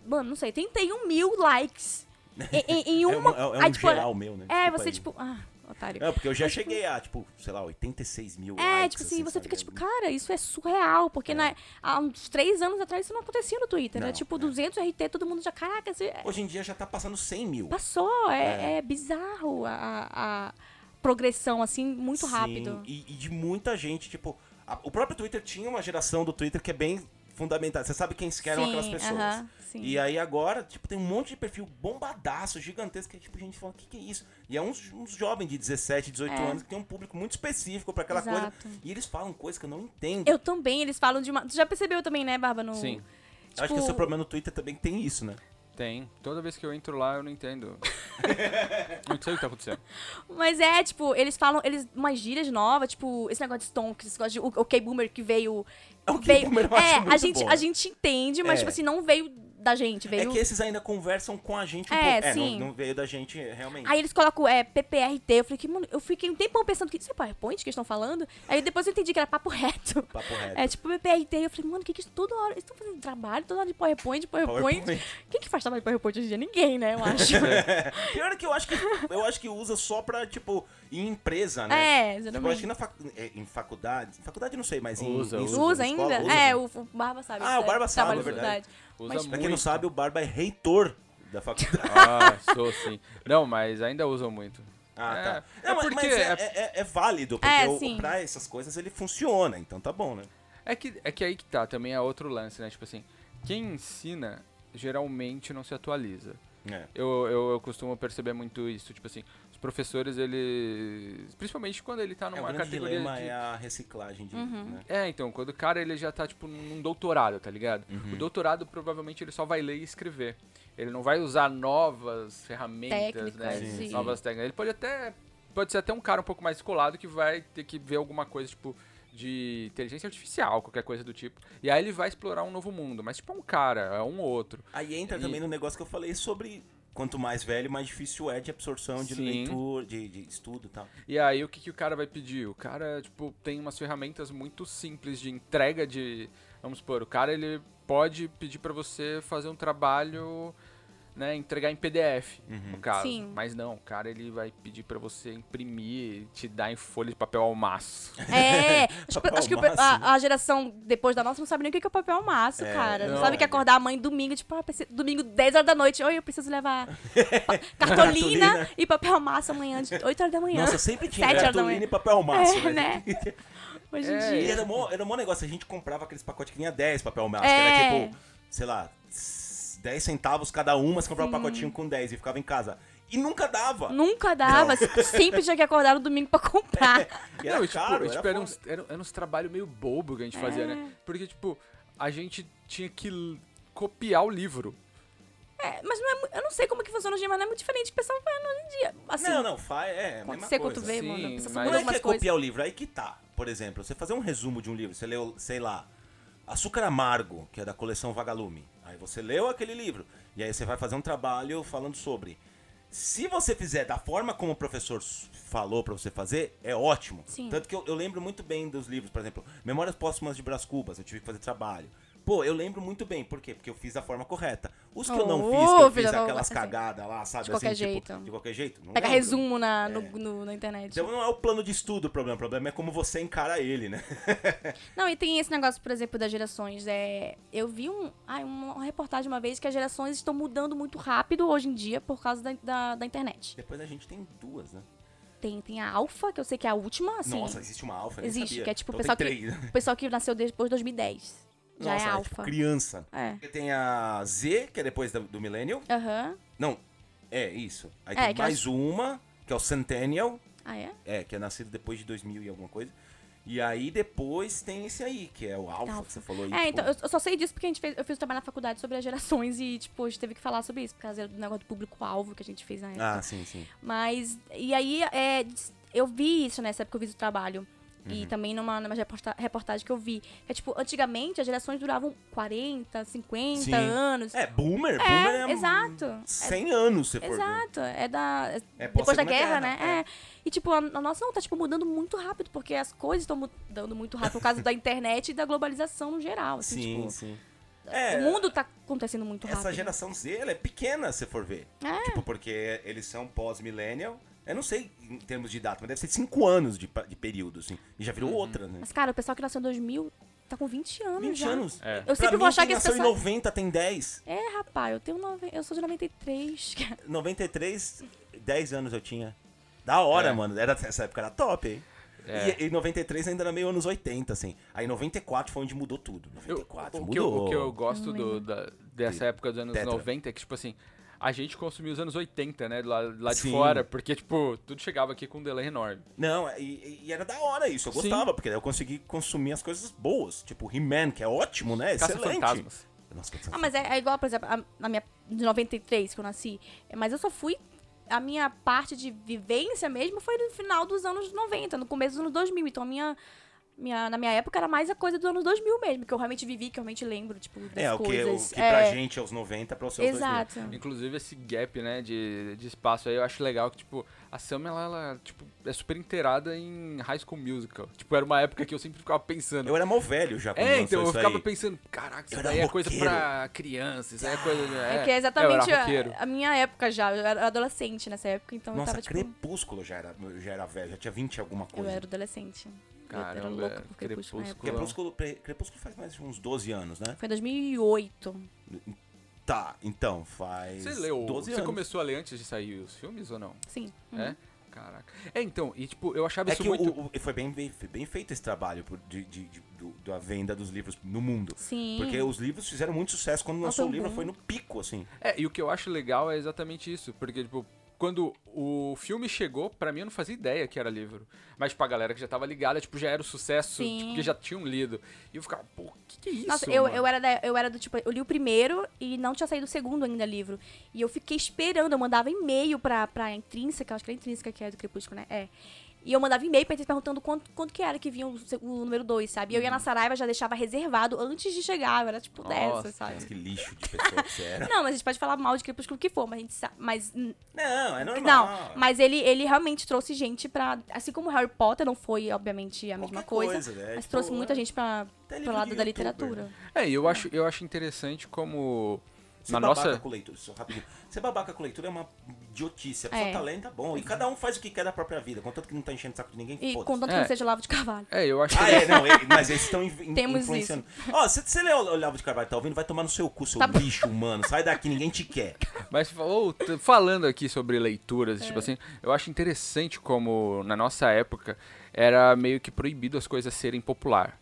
mano, não sei, 31 mil likes em, em- em
é,
uma.
um- é um
aí, tipo,
geral meu, né?
é,
Desculpa
você
aí.
tipo, ah, otário.
É, porque eu já
Mas, tipo,
cheguei a, tipo, sei lá, 86 mil.
É,
likes,
tipo assim, você
sabe?
fica tipo, cara, isso é surreal, porque na- há uns três anos atrás isso não acontecia no Twitter, né?
Não,
Tipo,
é.
200 RT, todo mundo já, caraca, você
Hoje em dia já tá passando 100 mil.
passou, é, é bizarro a, a- a progressão, assim, muito
Sim,
rápido.
E, e de muita gente, tipo. a- o próprio Twitter tinha uma geração do Twitter que é bem fundamental. Você sabe quem que eram
Sim,
aquelas pessoas.
aham, sim.
E aí agora, tipo, tem um monte de perfil bombadaço, gigantesco, que é, tipo, gente fala, o que, que é isso? E é uns, uns jovens de 17, 18
É.
anos que tem um público muito específico pra aquela coisa.
Exato.
E eles falam coisas que eu não entendo.
Eu também, eles falam de uma... Tu já percebeu também, né, Barba? No... tipo,
Sim.
Eu acho que é o seu problema no Twitter também que tem isso, né?
Tem. Toda vez que eu entro lá, eu não entendo. não sei o que tá acontecendo.
Mas é, tipo, eles falam, eles, umas gírias novas, tipo, esse negócio de stonks, esse negócio de o- ok boomer que veio.
É, ok
veio-
boomer eu acho
é, a
muito
gente,
bom.
a gente entende, mas,
É.
tipo assim, não veio da gente,
É
veio.
que esses ainda conversam com a gente um
É,
pouco. É,
sim.
não, não veio da gente realmente.
Aí eles colocam é, PPRT, eu falei que, mano, eu fiquei um tempão pensando que isso é PowerPoint que eles estão falando. Aí depois eu entendi que era papo reto.
Papo reto.
É tipo PPRT, eu falei, mano, o que que isso toda hora? Eles estão fazendo trabalho, toda hora de PowerPoint, PowerPoint.
PowerPoint.
Quem que faz trabalho de PowerPoint hoje em dia? Ninguém, né? Eu acho.
Pior é que eu acho que eu acho que usa só pra, tipo, em empresa,
É,
né?
exatamente.
Tipo, eu acho que na fac- é, em faculdade. em Faculdade não sei, mas em.
Usa,
em
usa.
escola,
usa ainda?
usa.
É, o, o Barba sabe.
Ah, o
né?
Barba sabe,
Trabalho
é
de
verdade.
faculdade.
Usa
Mas-
Pra
muito.
quem não sabe, o Barba é reitor da faculdade.
Ah, sou sim. Não, mas ainda usam muito.
ah,
É,
tá.
é
Não, mas-
porque-
mas é, é- é- é válido, porque
É,
o-
sim.
pra essas coisas ele funciona, então tá bom, né?
É que, é que aí que tá, também é outro lance, né? Tipo assim, quem ensina geralmente não se atualiza.
É.
Eu, eu, eu costumo perceber muito isso, tipo assim, os professores, eles. Principalmente quando ele tá
É, o
numa
grande
categoria.
dilema
de-
é a reciclagem de.
Uhum.
Né?
É, então, quando o cara ele já tá, tipo, num doutorado, tá ligado?
Uhum.
O doutorado provavelmente ele só vai ler e escrever. Ele não vai usar novas ferramentas, né?
Técnicas,
sim.
Novas técnicas. Ele pode até. Pode ser até um cara um pouco mais descolado que vai ter que ver alguma coisa, tipo, de inteligência artificial, qualquer coisa do tipo. E aí ele vai explorar um novo mundo. Mas, tipo, é um cara, é um outro.
Aí entra
E-
também no negócio que eu falei sobre. Quanto mais velho, mais difícil é de absorção, de
Sim.
leitura, de, de estudo e tal.
E aí, o que, que o cara vai pedir? O cara, tipo, tem umas ferramentas muito simples de entrega de. Vamos supor, o cara ele pode pedir pra você fazer um trabalho, né? Entregar em PDF, no
Uhum.
caso.
Sim.
Mas não, o cara ele vai pedir pra você imprimir e te dar em folha de papel ao maço.
É, acho, que- acho que o pe-
Papel almaço, né?
a, a geração depois da nossa não sabe nem o que que é o papel almaço, cara. Não,
não,
sabe que
é.
acordar a mãe domingo, tipo, ah, preciso- domingo 10 horas da noite, oi, eu preciso levar pa- cartolina,
Cartolina.
e papel almaço amanhã, de 8 horas da manhã.
Nossa, sempre tinha
é. Sete horas da
cartolina
manhã.
e papel maço,
É, né? Hoje em
É,
E
dia.
era mó, era mó negócio, a gente comprava aqueles pacotes que vinha 10 papel maço, que
É.
era tipo, sei lá, 10 centavos cada uma, você comprava um pacotinho com 10 e ficava em casa. E nunca dava.
Nunca dava, sempre tinha que acordar no domingo pra comprar.
E era
não, e, tipo,
caro,
e,
era
tipo, era,
foda.
uns, era, era uns trabalho meio bobo que a gente fazia, né? Porque, tipo, a gente tinha que l- copiar o livro.
É, mas não é, mu- eu não sei como que funciona hoje em dia, mas não é muito diferente do que o pessoal faz hoje em dia. Assim,
Não, não, faz, é, é a mesma
acontecer
coisa.
quando vê,
Sim,
mano. né? a pessoa
mas-
só
Não
muda
é que
algumas
é
coisas.
copiar o livro, aí que tá. Por exemplo, você fazer um resumo de um livro, você leu, sei lá, Açúcar Amargo, que é da coleção Vagalume. Aí você leu aquele livro, e aí você vai fazer um trabalho falando sobre. Se você fizer da forma como o professor s- falou pra você fazer, é ótimo.
Sim.
Tanto que eu, eu lembro muito bem dos livros, por exemplo, Memórias Póstumas de Brás Cubas, eu tive que fazer trabalho. Pô, eu lembro muito bem. Por quê? Porque eu fiz da forma correta. Os que eu
Oh,
não fiz, que eu
filha
fiz
da-
aquelas
assim,
cagadas lá, sabe?
de qualquer
assim, tipo,
jeito.
de qualquer jeito. não
Pega
lembro.
resumo na, no- no- na internet.
É. Então não é o plano de estudo o problema. O problema é como você encara ele, né?
Não, e tem esse negócio, por exemplo, das gerações. É, eu vi um, ai, uma reportagem uma vez que as gerações estão mudando muito rápido hoje em dia por causa da, da, da internet.
Depois a gente tem duas, né?
Tem, tem a alfa, que eu sei que é a última, assim.
Nossa, existe uma alfa, eu nem
existe,
sabia.
que é tipo o
Então
pessoal
tem
que,
três.
o pessoal que nasceu depois de 2010. Já
Nossa,
é
tipo
alfa.
criança.
É.
Porque tem a Z, que é depois do, do Millennial.
Aham.
Não, é isso. Aí
É,
tem
que eu
mais uma, que é o Centennial.
Ah, é?
É, que é nascido depois de 2000 e alguma coisa. E aí depois tem esse aí, que é o Alpha,
Alpha.
que você falou aí.
É,
tipo,
então, eu eu só sei disso porque a gente fez, eu fiz um trabalho na faculdade sobre as gerações e, tipo, a gente teve que falar sobre isso, por causa do negócio do público-alvo que a gente fez na época.
Ah, sim, sim.
Mas, e aí, é, dis- eu vi isso nessa época que eu fiz o trabalho. E
Uhum.
também numa, numa reporta- reportagem que eu vi. É tipo, antigamente as gerações duravam 40, 50
Sim.
anos.
É, Boomer,
É,
Boomer é
exato.
100 anos, se for ver.
Exato, é da.
É
depois da
pós-Segunda Guerra,
guerra, né?
é.
É. E tipo, a, a nossa não tá tipo, mudando muito rápido, porque as coisas estão mudando muito rápido por causa da internet e da globalização no geral. Assim,
Sim,
tipo,
sim. É,
o mundo tá acontecendo muito rápido.
essa geração Z, ela é pequena, se for ver.
É.
Tipo, porque eles são pós-millennial. Eu não sei em termos de data, mas deve ser 5 anos de, pa- de período, assim. E já
Uhum.
virou outra, né?
Mas, cara, o pessoal que nasceu em 2000 tá com 20 anos
20
já.
anos.
É.
Eu sempre
pra
vou
mim,
achar
quem
que esse
nasceu
pessoal-
em 90 tem 10.
É, rapaz, eu tenho nove... eu sou de 93. cara.
93, 10 anos eu tinha. Da hora,
É.
mano. Era, essa época era top, hein?
É.
E, e 93 ainda era meio anos 80, assim. Aí 94 foi onde mudou tudo.
Eu-
94
o, que eu,
mudou.
o que eu gosto do- da- dessa
De-
época dos anos
tetra.
90 é que, tipo assim, a gente consumiu os anos 80, né? Lá, lá de
Sim.
fora, porque, tipo, tudo chegava aqui com um delay enorme.
Não, é, e, e era da hora isso. Eu
Sim.
gostava, porque eu consegui consumir as coisas boas. Tipo, He-Man, que é ótimo, né?
Caça
Excelente.
fantasmas.
Nossa,
Ah,
Caça-Fantasmas.
mas é, é igual, por exemplo, a, na minha de 93 que eu nasci, É, mas eu só fui a minha parte de vivência mesmo foi no final dos anos 90, no começo dos anos 2000. Então a minha minha, na minha época era mais a coisa dos anos 2000 mesmo, que eu realmente vivi, que eu realmente lembro, tipo, das
É, o que, o
coisas.
que pra gente é os 90, pra você é os 2000.
Exato.
Inclusive, esse gap, né, de, de espaço aí, eu acho legal que, tipo, a Sam, ela, ela, tipo, é super inteirada em High School Musical. Tipo, era uma época que eu sempre ficava pensando.
Eu era mal velho já quando
é,
lançou
então, eu
isso
ficava
aí.
pensando, caraca, isso
Eu era
daí é coisa
roqueiro.
pra criança, isso aí é coisa... de-
É,
É,
que é exatamente
eu era roqueiro.
a, a minha época já, eu era adolescente nessa época, então eu
Nossa,
tava tipo,
Crepúsculo já era, já era velho, já tinha 20 e alguma
eu
coisa.
era adolescente. eu era
Caramba,
louca por Crepúsculo na época.
Crepúsculo,
Crepúsculo.
pre- Crepúsculo faz mais de uns 12 anos, né?
Foi em 2008.
Tá, então, faz.
Você leu,
12
você
anos.
começou a ler antes de sair os filmes ou não?
Sim.
É? Caraca. É, então, e tipo, eu achava
Uhum. É
isso
que o-
muito...
o- foi, bem, bem- foi bem feito esse trabalho por- de, de- de- do- da venda dos livros no mundo.
Sim.
Porque os livros fizeram muito sucesso. Quando
Nossa,
lançou o
um
livro,
boom.
foi no pico, assim.
É, e o que eu acho legal é exatamente isso, porque, tipo, quando o filme chegou, pra mim eu não fazia ideia que era livro. Mas, tipo, a galera que já tava ligada, tipo, já era o sucesso,
Sim.
tipo, que já tinham lido. E eu ficava, pô, que que é isso,
Nossa, eu,
mano?
eu, era da- eu era do tipo, eu li o primeiro e não tinha saído o segundo ainda livro. E eu fiquei esperando, eu mandava e-mail pra, pra intrínseca, acho que era intrínseca que é do Crepúsculo, né? É. E eu mandava e-mail pra eles perguntando quanto, quanto que era que vinha o, se- o número 2, sabe? E eu ia
Uhum.
na Saraiva, já deixava reservado antes de chegar, eu era tipo
Nossa,
dessa, sabe?
Mas que lixo de pessoa que você era.
Não, mas a gente pode falar mal de Crepúsculo o que for, mas a gente sabe. Mas. hum,
Não, é normal.
Não, mas ele, ele realmente trouxe gente pra. Assim como Harry Potter não foi, obviamente, é a
Qualquer
mesma coisa.
coisa, né?
Mas
Tipo,
trouxe muita
é-
gente pra,
Até
pro
livro
lado
de
da
youtuber.
literatura.
É, e eu acho, eu acho interessante como...
Ser
na
é babaca
nossa...
com leitura, só rapidinho. Ser babaca com leitura é uma idiotice. A pessoa
É.
tá lendo, tá bom. E cada um faz o que quer da própria vida. Contanto que não tá enchendo o saco de ninguém,
E
foda-se.
contanto que não
É.
seja Lavo de Carvalho.
É, eu acho...
Ah, é, não, é, mas eles estão in- in-
Temos
influenciando. Ó, se você lê o Olavo de Carvalho, tá ouvindo? Vai tomar no seu cu, seu
Tá bom.
bicho humano. Sai daqui, ninguém te quer.
Mas ou, t- falando aqui sobre leituras,
É.
tipo assim, eu acho interessante como na nossa época era meio que proibido as coisas serem popular.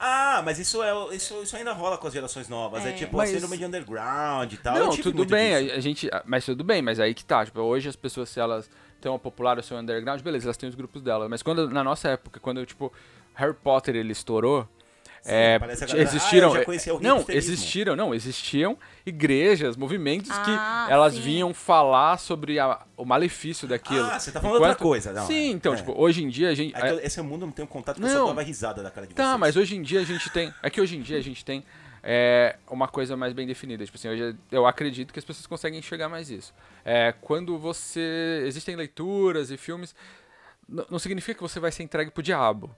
Ah, mas isso, é, o- isso, isso ainda rola com as gerações novas. É, tipo
Mas-
a síndrome de underground e tal. Eu
Não,
tive
tudo
muito
bem,
disso.
a, a gente, a- mas tudo bem, mas aí que tá, tipo, hoje as pessoas se elas estão popular ou são underground, beleza, elas têm os grupos delas, mas quando na nossa época, quando tipo Harry Potter ele estourou,
Sim,
é,
parece a
t-
galera,
existiram
"Ah, eu já
é,
conhecia o
não
hipsterismo."
existiram não existiam igrejas movimentos
Ah,
que elas
sim.
vinham falar sobre a- o malefício daquilo
Ah, você tá falando outra coisa, não,
sim
é.
então
É.
tipo hoje em dia a gente
É que eu- esse mundo eu não tem contato com a
Não.
pessoa que dava risada da cara de
Tá,
vocês.
mas hoje em dia a gente tem. É que hoje em dia a gente tem é, uma coisa mais bem definida. Tipo assim, hoje eu acredito que as pessoas conseguem enxergar mais isso. É, quando você. Existem leituras e filmes. n- Não significa que você vai ser entregue pro diabo.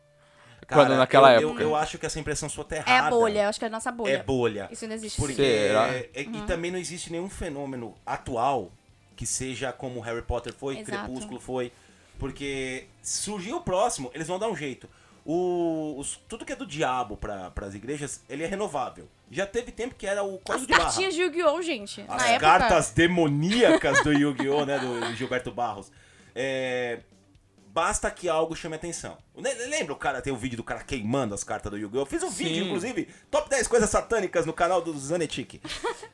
Quando naquela
eu- eu-
época.
Eu, acho que essa impressão sua tá
É
errada.
a bolha, eu acho que é a nossa bolha.
É bolha.
Isso não existe. Uhum.
Porque,
Será?
é, é, E também não existe nenhum fenômeno atual que seja como Harry Potter foi,
Exato.
Crepúsculo foi. Porque surgiu o próximo, eles vão dar um jeito. O, os- tudo que é do diabo para as igrejas, ele é renovável. Já teve tempo que era o
As
código de barra.
cartinhas de Yu-Gi-Oh, gente.
As
na época.
cartas demoníacas do Yu-Gi-Oh, né? Do Gilberto Barros. É, Basta que algo chame atenção. Ne- Lembra o cara, tem o vídeo do cara queimando as cartas do Yu-Gi-Oh? Eu Fiz um
Sim.
vídeo, inclusive, top 10 coisas satânicas no canal do Zanetic.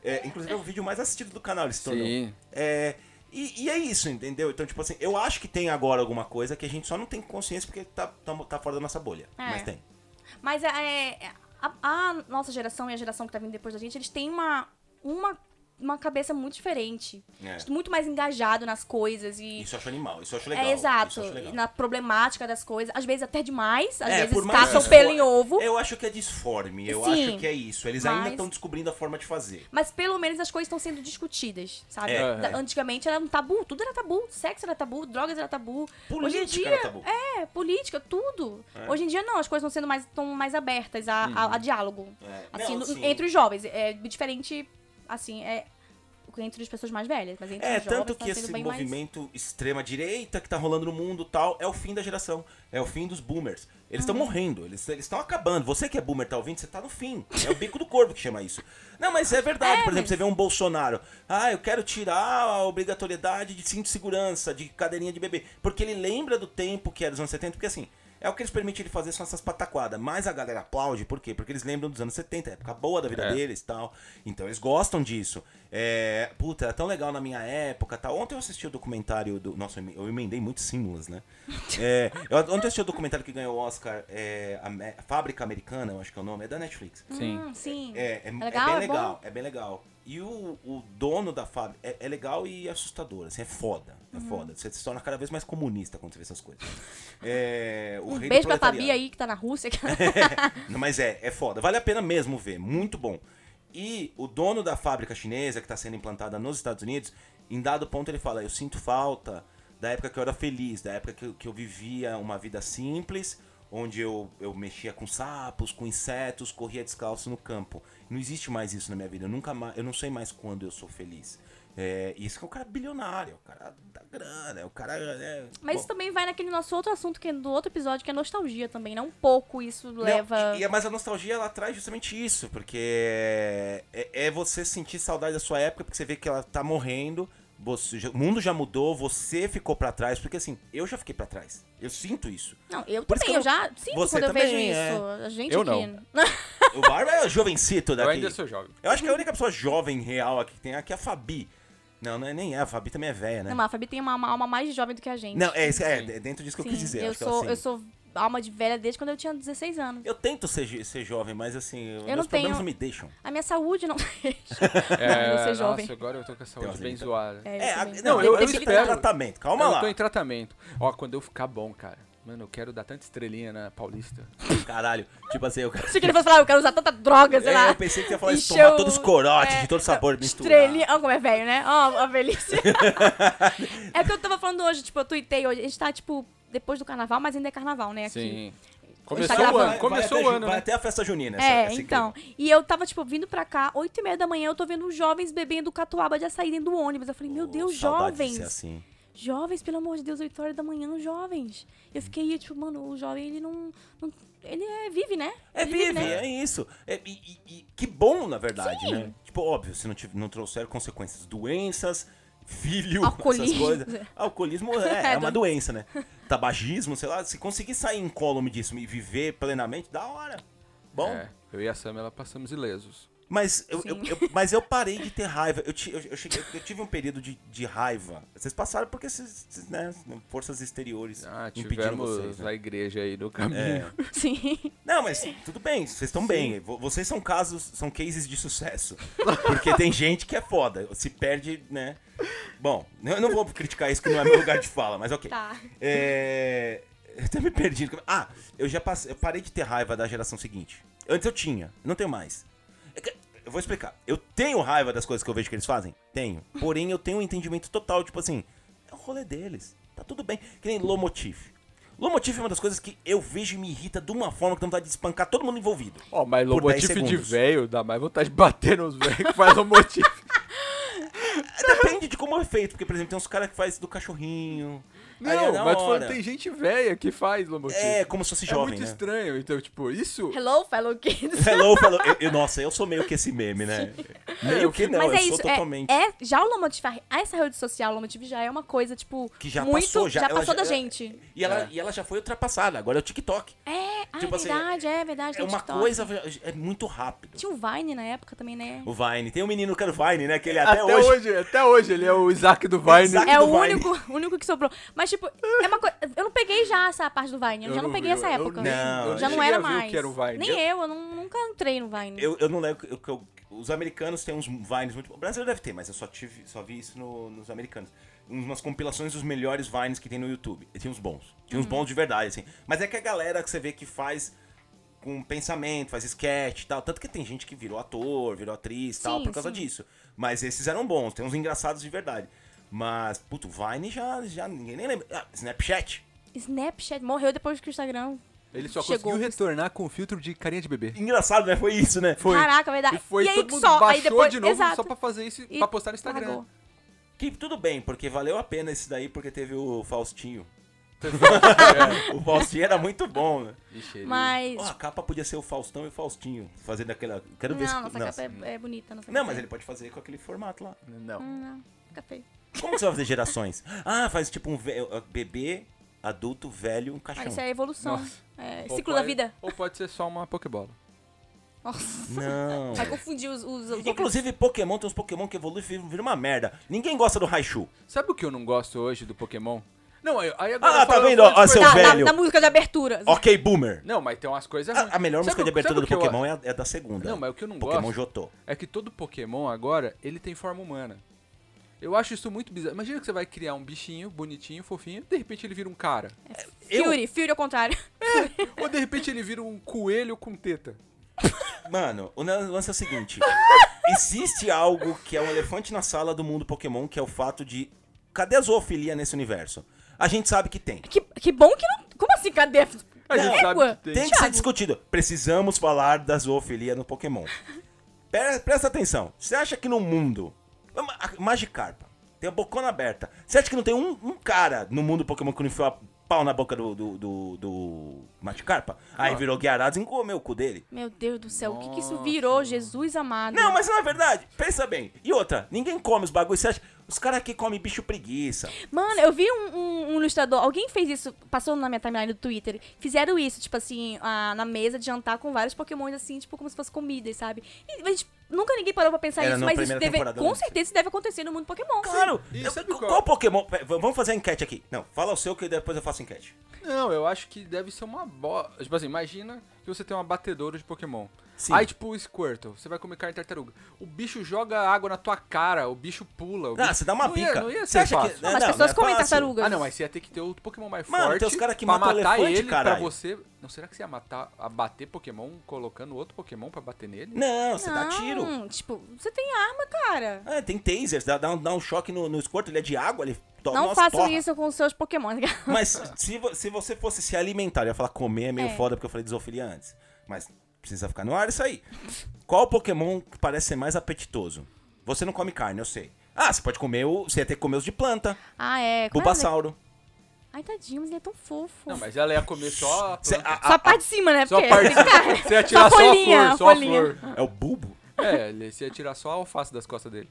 É, inclusive é o vídeo mais assistido do canal, ele se tornou.
Sim.
É, e, e é isso, entendeu? Então, tipo assim, eu acho que tem agora alguma coisa que a gente só não tem consciência porque tá, tá, tá fora da nossa bolha.
É.
Mas tem.
Mas é, é, a, a nossa geração e a geração que tá vindo depois da gente, eles têm uma, uma, uma cabeça muito diferente.
É.
Muito mais engajado nas coisas e.
Isso eu acho animal, isso eu acho legal.
é
isso
exato.
eu acho legal. É,
Na problemática das coisas. Às vezes até demais. Às vezes
mais
caçam
que-
pelo em ovo.
Eu acho que é disforme, eu
Sim,
acho que é isso. Eles ainda
mas-
estão descobrindo a forma de fazer.
Mas pelo menos as coisas estão sendo discutidas, sabe?
É.
Da- Antigamente era um tabu, tudo era tabu. Sexo era tabu, drogas era tabu. Hoje em
Política tá
dia,
era tabu.
É, política, tudo.
É.
Hoje em dia não, as coisas estão sendo mais, tão mais abertas a, a- a diálogo.
É.
Assim,
Não,
no-
sim.
entre os jovens. É diferente, assim, é entre as pessoas mais velhas. Mas entre
É,
os jovens
tanto
tá
que
sendo
esse
bem
movimento extrema-direita que tá rolando no mundo tal é o fim da geração. É o fim dos boomers. Eles
Uhum.
estão morrendo, eles estão acabando. Você que é boomer, tá ouvindo, você tá no fim. É o bico do corvo que chama isso. Não, mas é verdade. Por exemplo,
mas-
você vê um Bolsonaro. Ah, eu quero tirar a obrigatoriedade de cinto de segurança, de cadeirinha de bebê. Porque ele lembra do tempo que era dos anos 70, porque assim. É o que eles permitem ele fazer, são essas pataquadas. Mas a galera aplaude, por quê? Porque eles lembram dos anos 70, a época boa da vida
É.
deles deles e tal. Então eles gostam disso. É, puta, era tão legal na minha época tal. Ontem eu assisti o documentário do. Nossa, eu em- eu emendei muitos símbolos, né? É, eu, ontem eu assisti o documentário que ganhou o Oscar, é, a, Me- Fábrica Americana, eu acho que é o nome, é da Netflix.
mais-
Sim.
Hum, sim.
É, é, é
legal,
bem
é bom?
legal, é bem legal. E o, o dono da fábrica é, é legal e assustador, assim, é foda. É
Uhum.
foda. Você se torna cada vez mais comunista quando você vê essas coisas. É, o
Um
rei do
beijo pra
proletariado.
Fabi aí, que tá na Rússia.
Não, mas é, é foda. Vale a pena mesmo ver. Muito bom. E o dono da fábrica chinesa que está sendo implantada nos Estados Unidos, em dado ponto ele fala: Eu sinto falta da época que eu era feliz, da época que eu, que eu vivia uma vida simples, onde eu, eu mexia com sapos, com insetos, corria descalço no campo. Não existe mais isso na minha vida. Eu nunca mais, eu não sei mais quando eu sou feliz. É, isso que é o cara bilionário, é o cara da grana, é o cara. é-
Mas
Bom.
isso também vai naquele nosso outro assunto, que é do outro episódio, que é nostalgia também, né? Um pouco isso leva...
Não, e, e, mas a nostalgia ela traz justamente isso, porque é, é você sentir saudade da sua época, porque você vê que ela tá morrendo, você já- o mundo já mudou, você ficou pra trás, porque assim, eu já fiquei pra trás. Eu sinto isso.
Não, eu
Por isso
também,
que
eu,
eu
já sinto
Você
quando eu
também,
vejo
é.
isso. A gente
Eu
aqui.
não.
O Barba é o jovencito
Eu
daqui.
ainda sou jovem.
Eu acho que a única pessoa jovem real aqui que tem aqui é a Fabi. Não, não é nem é, a Fabi também é velha, né?
Não, a Fabi tem uma, uma alma mais jovem do que a gente.
Não, é, isso- é, é dentro disso que
Sim,
eu quis dizer.
eu
acho que
sou,
ela,
eu
assim,
sou alma de velha desde quando eu tinha 16 anos.
eu tento ser, jo- ser jovem, mas assim, eu
não
meus problemas
tenho-
não me deixam.
A minha saúde não deixa.
É,
não, eu sou jovem.
Nossa, agora eu tô com a saúde
Nossa,
bem
então.
zoada.
É, eu
É, a- não,
também.
Não,
eu,
eu
eu estou em
espero.
tratamento, calma
eu
lá.
tô em tratamento. Ó, quando eu ficar bom, cara. Mano, eu quero dar tanta estrelinha na Paulista.
Caralho, tipo assim, eu...
Se que ele fosse falar, "Ah, eu quero usar tanta droga, sei
É,
lá.
eu pensei que você ia falar de
Encher
tomar
o-
todos os corotes,
é,
de todo sabor, misturar.
Estrelinha. Olha como é velho, né? Ó, a velhice. é porque eu tava falando hoje, tipo, eu tuitei hoje. A gente tá, tipo, depois do carnaval, mas ainda é carnaval, né? Aqui.
Sim.
Tá
Começou o
gravando.
ano, começou
até,
o
ju-
ano,
Vai
né?
até a festa junina. Essa,
É,
essa
então.
incrível.
E eu tava, tipo, vindo pra cá, 8 e meia da manhã, eu tô vendo os jovens bebendo catuaba de açaí dentro do ônibus. Eu falei, meu
Ô,
Deus,
saudade Oh, de
jovens.
ser assim.
Jovens, pelo amor de Deus, 8 horas da manhã, jovens. Eu fiquei, tipo, mano, o jovem, ele não. não- ele é, vive, né?
É,
Ele
vive,
né?
é isso. É, e, e- e que bom, na verdade, né? Tipo, óbvio, se não, tive, não trouxer consequências, doenças, filho, essas
Alcoolismo.
coisas. Alcoolismo é,
É,
é uma
do-
doença, né? Tabagismo, sei lá. Se conseguir sair incólume disso e viver plenamente, da hora. Bom,
É, eu e a Sam, ela passamos ilesos.
Mas eu, eu- eu- mas eu parei de ter raiva. Eu, ti- eu, eu cheguei- eu tive um período de, de raiva. Vocês passaram porque vocês, vocês, né, forças exteriores
Ah,
impediram
tivemos
vocês. né?
a igreja aí no caminho.
Sim.
Não, mas tudo bem, vocês estão bem. Vo- Vocês são casos, são cases de sucesso. Porque tem gente que é foda, se perde, né? Bom, eu não vou criticar isso que não é meu lugar de fala, mas ok.
Tá.
É... Eu até me perdi. Ah, eu já passei, eu parei de ter raiva da geração seguinte. Antes eu tinha, não tenho mais. É que- Eu vou explicar. Eu tenho raiva das coisas que eu vejo que eles fazem? Tenho. Porém, eu tenho um entendimento total, tipo assim, é o rolê deles. Tá tudo bem. Que nem Lomotif. Lomotif é uma das coisas que eu vejo e me irrita de uma forma que dá vontade de espancar todo mundo envolvido.
Ó, mas
Por 10
lomotif de
segundos.
velho dá mais vontade de bater nos velhos que faz lomotif.
Depende de como é feito, porque, por exemplo, tem uns caras que faz do cachorrinho. aí é
Não,
da
mas tu
hora.
falando, tem gente velha que faz lomotif.
É, como se fosse
É
jovem,
muito
né?
estranho. Então, tipo, isso.
Hello, fellow kids.
Hello, hello. Eu- eu- nossa, eu sou meio que esse meme, né? Meio que não,
Mas
eu
é
sou
isso,
totalmente.
é, é- já o Lomotif, essa rede social, o Lomotif já é uma coisa, tipo,
Que já
muito,
passou, já-
já
ela
passou
já- é-
da gente.
E, ela, e ela já foi ultrapassada, agora é o TikTok.
É, ah,
Tipo
é
assim,
verdade, é verdade,
É
tem
uma
TikTok.
coisa, é muito rápido.
Tinha o Vine na época também, né?
O Vine, tem um menino que era o Vine, né? Que ele até,
Até, hoje. até hoje ele é o Isaac do Vine.
Isaac
É
do
o
Vine.
único, o único que sobrou. Mas, tipo, é uma coisa. Eu não peguei já essa parte do Vine. Eu, já não, peguei
vi,
essa
eu
época.
nem-
Não,
eu
já
nem
não
cheguei
era
a ver o
mais.
que era o Vine.
Nem
Eu-
eu, eu não- nunca entrei no Vine.
Eu, eu não lembro. que- que eu- os americanos têm uns vines muito. O Brasil deve ter, mas eu só, tive, só vi isso no- nos americanos. Umas compilações dos melhores vines que tem no YouTube. E tinha uns bons. Tinha uns bons de verdade, assim. Mas é que a galera que você vê que faz com pensamento, faz sketch e tal. Tanto que tem gente que virou ator, virou atriz e tal,
Sim,
por causa
sim.
disso. Mas esses eram bons, tem uns engraçados de verdade. Mas, puto, Vine já, já ninguém nem lembra. Ah, Snapchat.
Snapchat morreu depois que o Instagram.
Ele só
Chegou.
conseguiu retornar com o filtro de carinha de bebê.
Engraçado, né? Foi isso, né?
Foi.
Caraca, verdade.
E foi
e aí
todo
que
mundo
só.
baixou
aí depois,
de novo
exato.
só pra fazer isso,
E
pra postar no Instagram.
largou.
Que tudo bem, porque valeu a pena esse daí, porque teve o Faustinho.
É.
O Faustinho era muito bom, né?
Ixi, ele-
Mas.
Ó, a capa podia ser o Faustão e o Faustinho. Fazendo aquela. Quero ver se.
não, nossa
Nossa.
capa é, é bonita. Nossa
Não,
capa
mas
é-
ele pode fazer com aquele formato lá.
Não.
Não, fica feio.
Como que você vai fazer gerações? Ah, faz tipo um ve- uh, bebê, adulto, velho, um
Ah,
caixão.
isso é evolução.
Nossa.
É,
Ou
ciclo da
pode-
vida.
Ou pode ser só uma Pokébola.
Nossa.
Não.
Vai confundir os. os, os
Hum. Inclusive, Pokémon tem uns Pokémon que evoluem e viram viram uma merda. Ninguém gosta do Raichu.
Sabe o que eu não gosto hoje do Pokémon? Não, aí aí
Ah, tá
agora. falando-
vendo? Ó,
falando de
seu
coisa-
da, da-
velho.
da música de abertura.
Ok, Boomer.
Não, mas tem umas coisas. ruins.
Ah, A, a melhor
Sabe
música
o-
de abertura
sabe o
do
que eu-
Pokémon é, a, é da segunda.
Não, mas o que eu não
Pokémon
gosto-
Jotô.
É que todo Pokémon agora, ele tem forma humana. Eu acho isso muito bizarro. Imagina que você vai criar um bichinho bonitinho, fofinho, de repente ele vira um cara.
É.
Eu- É.
Fury, Fury ao contrário.
Ou de repente ele vira um coelho com teta.
Mano, o ne- lance é o seguinte: existe algo que é um elefante na sala do mundo Pokémon, que é o fato de. Cadê a zoofilia nesse universo? A gente sabe que tem.
Que, que bom que não. Como assim? Cadê? a-
A gente sabe
Égua.
que tem.
Tem que ser discutido. Precisamos falar da zoofilia no Pokémon. Pre- Presta atenção. Você acha que no mundo. Ma- a- Magikarpa, tem a bocona aberta. Você acha que não tem um, um cara no mundo Pokémon que não enfiou a pau na boca do. do. do, do Magikarpa? Aí virou Guiarados e engomeu o cu dele.
Meu Deus do céu, o que, que isso virou, Jesus amado?
Não, mas não é verdade. Pensa bem. E outra, ninguém come os bagulhos. Você acha? Os caras aqui comem bicho preguiça.
Mano, eu vi um, um- um ilustrador, alguém fez isso, passou na minha timeline do Twitter. Fizeram isso, tipo assim, a- na mesa de jantar com vários pokémons, assim, tipo, como se fosse comida, sabe? E, mas, tipo, nunca ninguém parou pra pensar
Era
isso,
na
mas isso
primeira
deve.
temporada,
Com
né?
certeza isso deve acontecer no mundo Pokémon.
Claro.
E
Eu-
sabe
qual,
qual-
Pokémon? Pera, v- Vamos fazer a enquete aqui. Não, fala o seu que depois eu faço a enquete.
Não, eu acho que deve ser uma boa. Tipo assim, imagina que você tem uma batedora de Pokémon.
Sim.
Aí, tipo, o Squirtle, você vai comer carne de tartaruga. O bicho joga água na tua cara, o bicho pula. O
Ah,
bicho-
você dá uma
não
pica.
Ia, não ia
você
ser
acha
fácil.
que.
Não, mas as pessoas
é
comem
fácil.
tartaruga.
Ah, não, mas você ia ter que ter outro Pokémon mais
Mano,
forte.
tem os cara que
pra
matam
matar
elefante,
ele, pra
caralho.
você. Não, será que você ia matar, a bater Pokémon colocando outro Pokémon pra bater nele?
Não, você dá
Não,
tiro.
Tipo, você tem arma, cara.
Ah, tem tasers, dá, dá um, dá um choque no, no Squirtle, ele é de água, ele toma
Não
umas
façam
torra.
isso com os seus pokémons.
Mas se, vo- se você fosse se alimentar, eu ia falar comer é meio
É.
foda porque eu falei de zoofilia antes. Mas precisa ficar no ar isso aí. Qual Pokémon que parece ser mais apetitoso? Você não come carne, eu sei. Ah, você pode comer o. Você ia ter que comer os de planta.
Ah, é. qual é o nome?
Bulbasauro.
Ai, tadinho, mas ele é tão fofo.
Não, mas ela ia comer só a
Cê-
planta.
a-
Só
a-
a parte de cima, né?
Só a
Porque-
parte. Você ia tirar só, a flor, só a, flor.
É o bulbo?
É, ele- você ia tirar só a alface das costas dele.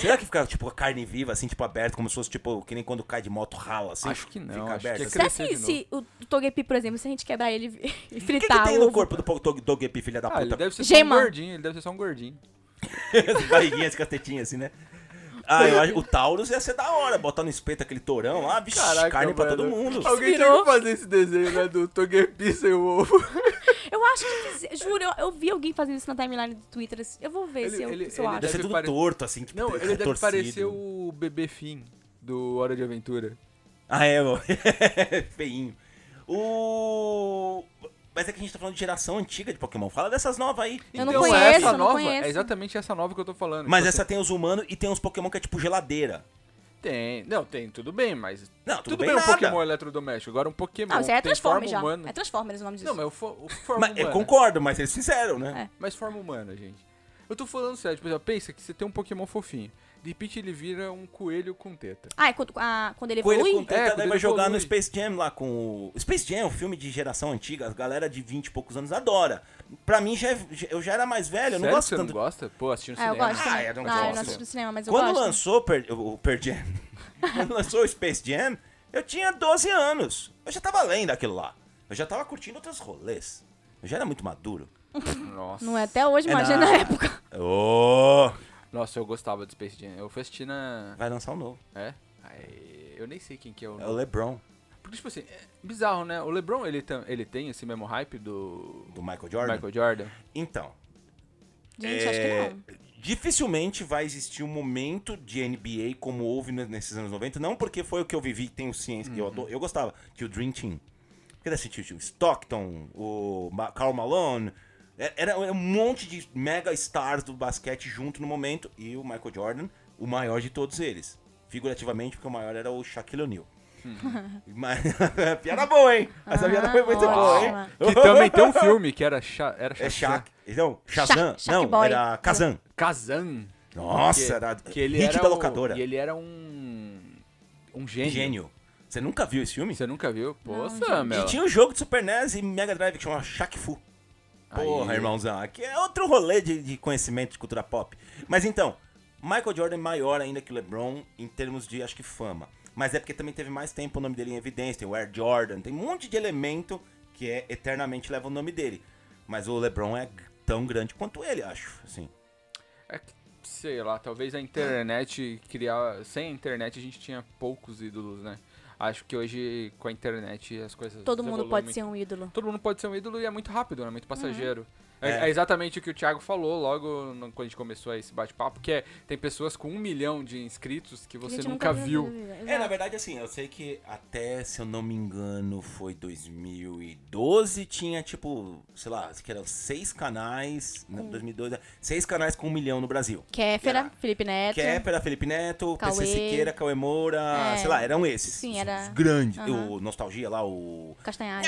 Será que fica tipo a carne viva, assim, tipo aberta, como se fosse tipo, que nem quando cai de moto rala, assim?
Acho que não,
Fica
acho
aberta.
que é
assim?
Será
crescer de
que se o Togepi, por exemplo, se a gente quebrar ele e
O que,
fritar
que tem
o
no
ovo?
corpo do Pog- Dogepi, filha da
Ah, ele
Tá puta?
deve ser só
Gema.
um gordinho, ele deve ser só um gordinho.
Barriguinhas, catetinhas, assim, né? Ah, eu acho, o Taurus ia ser da hora, botar no espeto aquele tourão lá, vixe, carne pra todo mundo.
Alguém
Inspirou.
tem que fazer esse desenho, né? Do Togepi sem o ovo.
Eu acho que fiz- juro, eu, eu vi alguém fazendo isso na timeline do Twitter. assim, Eu vou ver
Ele-
se eu,
ele-
se eu
ele
Deve
acho.
ser
Deve
tudo
pare-
torto, assim, tipo,
Não, ele deve
retorcido.
parecer o bebê Finn do Hora de Aventura.
Ah, é, mano. Feinho. O... Mas é que a gente tá falando de geração antiga de Pokémon. Fala dessas novas aí.
Eu não
Então,
conheço,
essa
eu não
nova,
conheço.
É exatamente essa nova que eu tô falando.
Mas
Tipo assim,
essa tem os humanos e tem uns Pokémon que é tipo geladeira.
Tem. Não, tem, tudo bem, mas.
Não, tudo
tudo
bem
bem um
nada.
Pokémon eletrodoméstico. Agora um Pokémon.
Não, isso aí é
tem forma
Transformers já.
humana.
É Transformers o nome disso.
Não, mas o, fo o forma
Mas, eu
humana.
concordo, mas eles fizeram, né?
É.
Mas forma humana, gente. Eu tô falando sério, tipo, pensa que você tem um Pokémon fofinho. De repente ele vira um coelho com teta.
Ah, é quando, ah, quando ele
Coelho
evolui?
com teta,
É, quando
daí vai
ele
jogar no
evolui.
Space Jam lá com o... Space Jam é um filme de geração antiga, a galera de 20 e poucos anos adora. Pra mim, já, é- já- eu já era mais velho, eu não
sério que
gosto
você
tanto.
não gosta? Pô, assistindo
Ah, eu
cinema.
gosto.
Ah,
né?
eu não
ah, eu
gosto.
não assisto no cinema, mas eu
Quando
gosto.
lançou per, o o Pearl Jam, quando lançou o Space Jam, eu tinha 12 anos. Eu já tava lendo aquilo lá. Eu já tava curtindo outros rolês. Eu já era muito maduro.
Nossa.
Não é até hoje,
É
imagina
na-
na época.
Ô,
Nossa, eu gostava do Space Jam. Eu fui assistir na.
vai lançar um novo.
É? Ai, eu nem sei quem que é o
É o
nome.
LeBron,
Porque, tipo assim, é bizarro, né? O LeBron, ele, tam- ele tem esse mesmo hype do.
do Michael Jordan.
Michael Jordan.
Então,
Gente,
é,
acho que não.
Dificilmente vai existir um momento de NBA como houve ne- nesses anos 90, não porque foi o que eu vivi, que tenho ciência, que eu, ado- eu gostava, que o Dream Team. Porque daí assistiu o Stockton, o Ma- Karl Malone, é- era um monte de mega stars do basquete junto no momento, e o Michael Jordan, o maior de todos eles. Figurativamente, porque o maior era o Shaquille O'Neal. Mas, piada boa, hein? Essa piada foi muito boa, hein?
ótima.
Ah. Que também tem um filme que era. Sha... Era
É
Shazam.
Shaq. Não, Shazam.
Shaq
Não,
Boy.
era Kazan.
Kazan.
Nossa,
que,
era
que ele
hit
era
da
um-
locadora.
e ele era um. Um gênio.
Gênio. Você nunca viu esse filme?
Você nunca viu? Poxa, meu.
E tinha um jogo de Super NES e Mega Drive que chamava Shaq Fu. Porra,
Aí.
irmãozão. Aqui é outro rolê de, de conhecimento de cultura pop. Mas então, Michael Jordan é maior ainda que o LeBron em termos de, acho que, fama. Mas é porque também teve mais tempo o nome dele em evidência. Tem o Air Jordan, tem um monte de elemento que é eternamente leva o nome dele. Mas o LeBron é g- tão grande quanto ele, acho. Assim.
É que, sei lá, talvez a internet criar. Sem a internet a gente tinha poucos ídolos, né? Acho que hoje com a internet as coisas.
Todo mundo
evoluem
pode
muito.
ser um Uhum. ídolo.
Todo mundo pode ser um ídolo e é muito rápido, né? Muito passageiro. É,
É.
é exatamente o que o Thiago falou logo no- quando a gente começou esse bate-papo, que é tem pessoas com um milhão de inscritos que
A
você
gente tá
nunca viu.
É, na verdade, assim, eu sei que até, se eu não me engano, foi 2012, tinha tipo, sei lá, acho que eram seis canais, né, 2012, seis canais com um milhão no Brasil.
Kéfera, Felipe Neto.
Kéfera, Felipe Neto, PC
Cauê.
Siqueira, Cauê Moura,
É.
sei lá, eram esses.
Sim,
os-
era-
Os grandes,
Aham.
o Nostalgia lá, o...
Castanhari.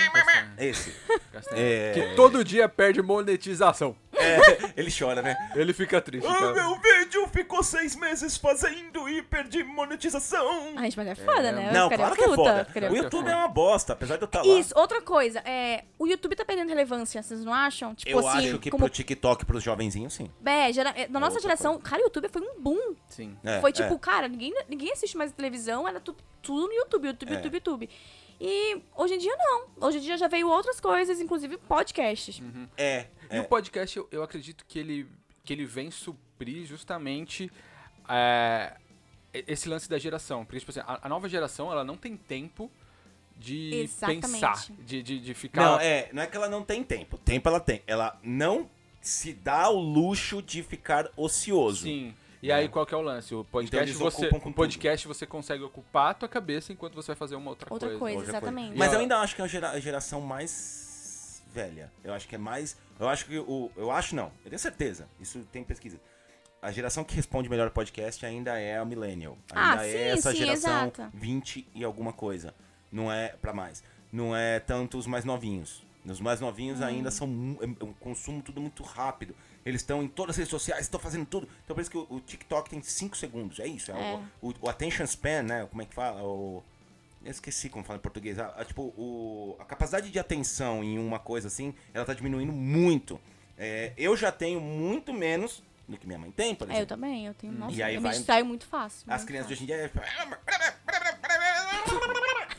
Esse.
Castanho.
É.
Que todo dia perde monetização.
É, ele chora, né?
Ele fica triste.
Ah,
cara.
meu vídeo ficou seis meses fazendo e perdi monetização.
Ai, gente, mas é foda, né? Eu
não,
ficaria
claro que é
puta,
foda.
ficaria
O
puta.
YouTube é uma bosta, apesar de eu estar lá.
Isso, outra coisa, é, o YouTube tá perdendo relevância, vocês não acham? Tipo
Eu
assim,
acho que
como.
pro TikTok, pros jovenzinhos, sim.
É, gera- é, na nossa
outra
geração, cara, o YouTube foi um boom.
Sim.
É,
foi tipo,
é.
cara, ninguém, ninguém assiste mais televisão, era tu- tudo no YouTube, YouTube,
É.
YouTube, YouTube. E hoje em dia não. Hoje em dia já veio outras coisas, inclusive podcasts.
É,
E
é.
o podcast, eu, eu acredito que ele, que ele vem suprir justamente é, e- esse lance da geração. Porque, tipo assim, a, a nova geração, ela não tem tempo de
Exatamente.
pensar, de, de, de ficar...
Não, é, não é que ela não tem tempo. Tempo ela tem. Ela não se dá o luxo de ficar ocioso.
Sim. E aí, qual que é o lance? O podcast,
Então, eles
você,
ocupam com
o podcast você consegue ocupar a tua cabeça enquanto você vai fazer uma outra,
Outra
coisa.
coisa.
Outra coisa.
exatamente.
Mas
E, ó,
eu ainda acho que é a gera- a geração mais velha. Eu acho que é mais. Eu acho que o. Eu acho não. Eu tenho certeza. Isso tem pesquisa. A geração que responde melhor podcast ainda é a Millennial.
Ah,
Ainda é
sim,
essa
sim,
geração
exato.
20 e alguma coisa. Não é pra mais. Não é tanto os mais novinhos. Os mais novinhos
Hum.
ainda são mu- é um consumo tudo muito rápido. Eles estão em todas as redes sociais, estão fazendo tudo. Então por isso que o, o TikTok tem 5 segundos. É isso. É,
É.
O, o- o attention span, né? Como é que fala? O, eu esqueci como fala em português. Ah, ah, tipo, o, a capacidade de atenção em uma coisa assim, ela tá diminuindo muito. É, eu já tenho muito menos do que minha mãe tem, por
É, eu
exemplo.
também, eu tenho. Nossa,
Hum. E aí
eu
vai-
me distraio muito fácil. né?
As
muito
crianças de
fácil.
hoje em dia. é, tipo, "Ah,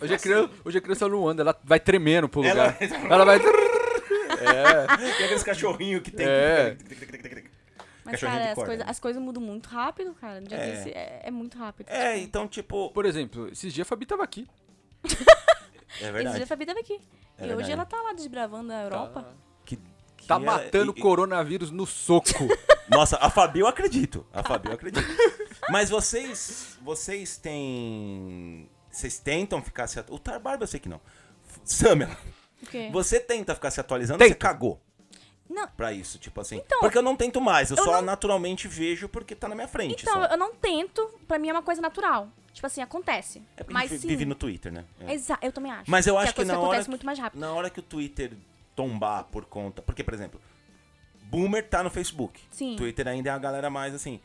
Hoje a, criança, hoje a criança não anda, ela vai tremendo pro
Ela-
lugar. Ela vai...
Tem aqueles cachorrinhos que tem.
É.
Cachorrinho
Mas,
né? de
cara, as
corda.
coisas, as coisas mudam muito rápido, cara. No dia
É.
desse, é, é muito rápido.
É,
tipo,
então, tipo.
Por exemplo, esses dias a Fabi tava aqui.
É
Esse dia
verdade.
a Fabi tava aqui. e
verdade.
hoje ela tá lá desbravando a Europa.
Que, que
Tá
é-
matando
e- e-
coronavírus no soco.
Nossa, a Fabi eu acredito. A Fabi eu acredito. Mas vocês. Vocês têm. Vocês tentam ficar se. atu- O Tarbarba eu sei que não. F- Samela.
O quê?
Você tenta ficar se atualizando,
Tento.
você cagou
Não,
pra isso, tipo assim.
Então-
porque eu não tento mais, eu,
Eu
só
não-
naturalmente vejo porque tá na minha frente.
então,
só.
eu não tento. Pra mim é uma coisa natural. Tipo assim, acontece.
É porque
mas
a gente
sim.
vive no Twitter, né? É.
Exa eu também acho.
Mas eu acho
a
que,
coisa
na
acontece
hora que-
muito mais rápido.
Na hora que o Twitter tombar por conta. Porque, por exemplo, Boomer tá no Facebook.
Sim. Uhum.
Twitter ainda é a galera mais assim.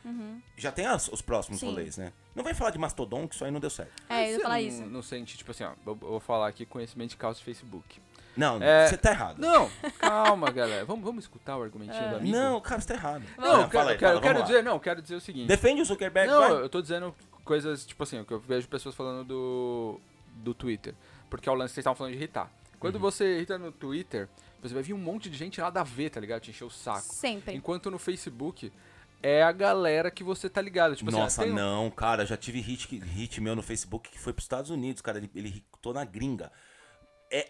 Já tem as- os próximos
Sim.
rolês, né? Não vem falar de Mastodon, que isso um aí não deu certo.
É, eu
Você
ia falar
não-
isso.
Não sente, tipo assim, ó, eu eu vou falar aqui conhecimento de causa de Facebook.
Não,
É.
você tá errado.
Não, calma, galera. Vamos, vamos escutar o argumentinho
É.
do amigo?
Não, cara, você tá errado.
não, eu quero,
fala aí, fala,
eu quero- eu quero
vamos lá.
dizer, não, eu quero dizer o seguinte.
Defende o Zuckerberg,
Não,
vai.
eu tô dizendo coisas, tipo assim, o que eu vejo pessoas falando do, do Twitter. Porque é o lance que vocês estavam falando de irritar. Quando
Uhum.
você irrita no Twitter, você vai vir um monte de gente nada a ver, tá ligado? Te encher o saco.
Sempre.
Enquanto no Facebook é a galera que você tá ligado. Tipo
Nossa,
assim, ah, tem um-
não, cara, já tive hit, que- hit meu no Facebook que foi pros Estados Unidos, cara. Ele, ele hitou na gringa. É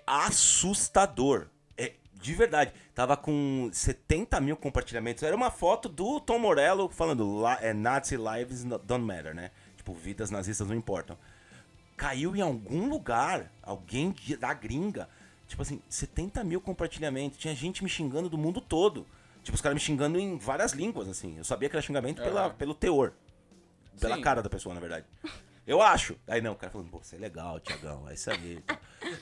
assustador. É, de verdade. Tava com 70 mil compartilhamentos. Era uma foto do Tom Morello falando "La- é, Nazi lives no- don't matter, né? Tipo, vidas nazistas não importam. Caiu em algum lugar, alguém de- da gringa. Tipo assim, 70 mil compartilhamentos. Tinha gente me xingando do mundo todo. Tipo, os caras me xingando em várias línguas, assim. Eu sabia que era xingamento pela, pelo teor. Pela
Sim.
cara da pessoa, na verdade. Eu acho. Aí não, o cara falando, pô, você é legal, Tiagão, é isso aí.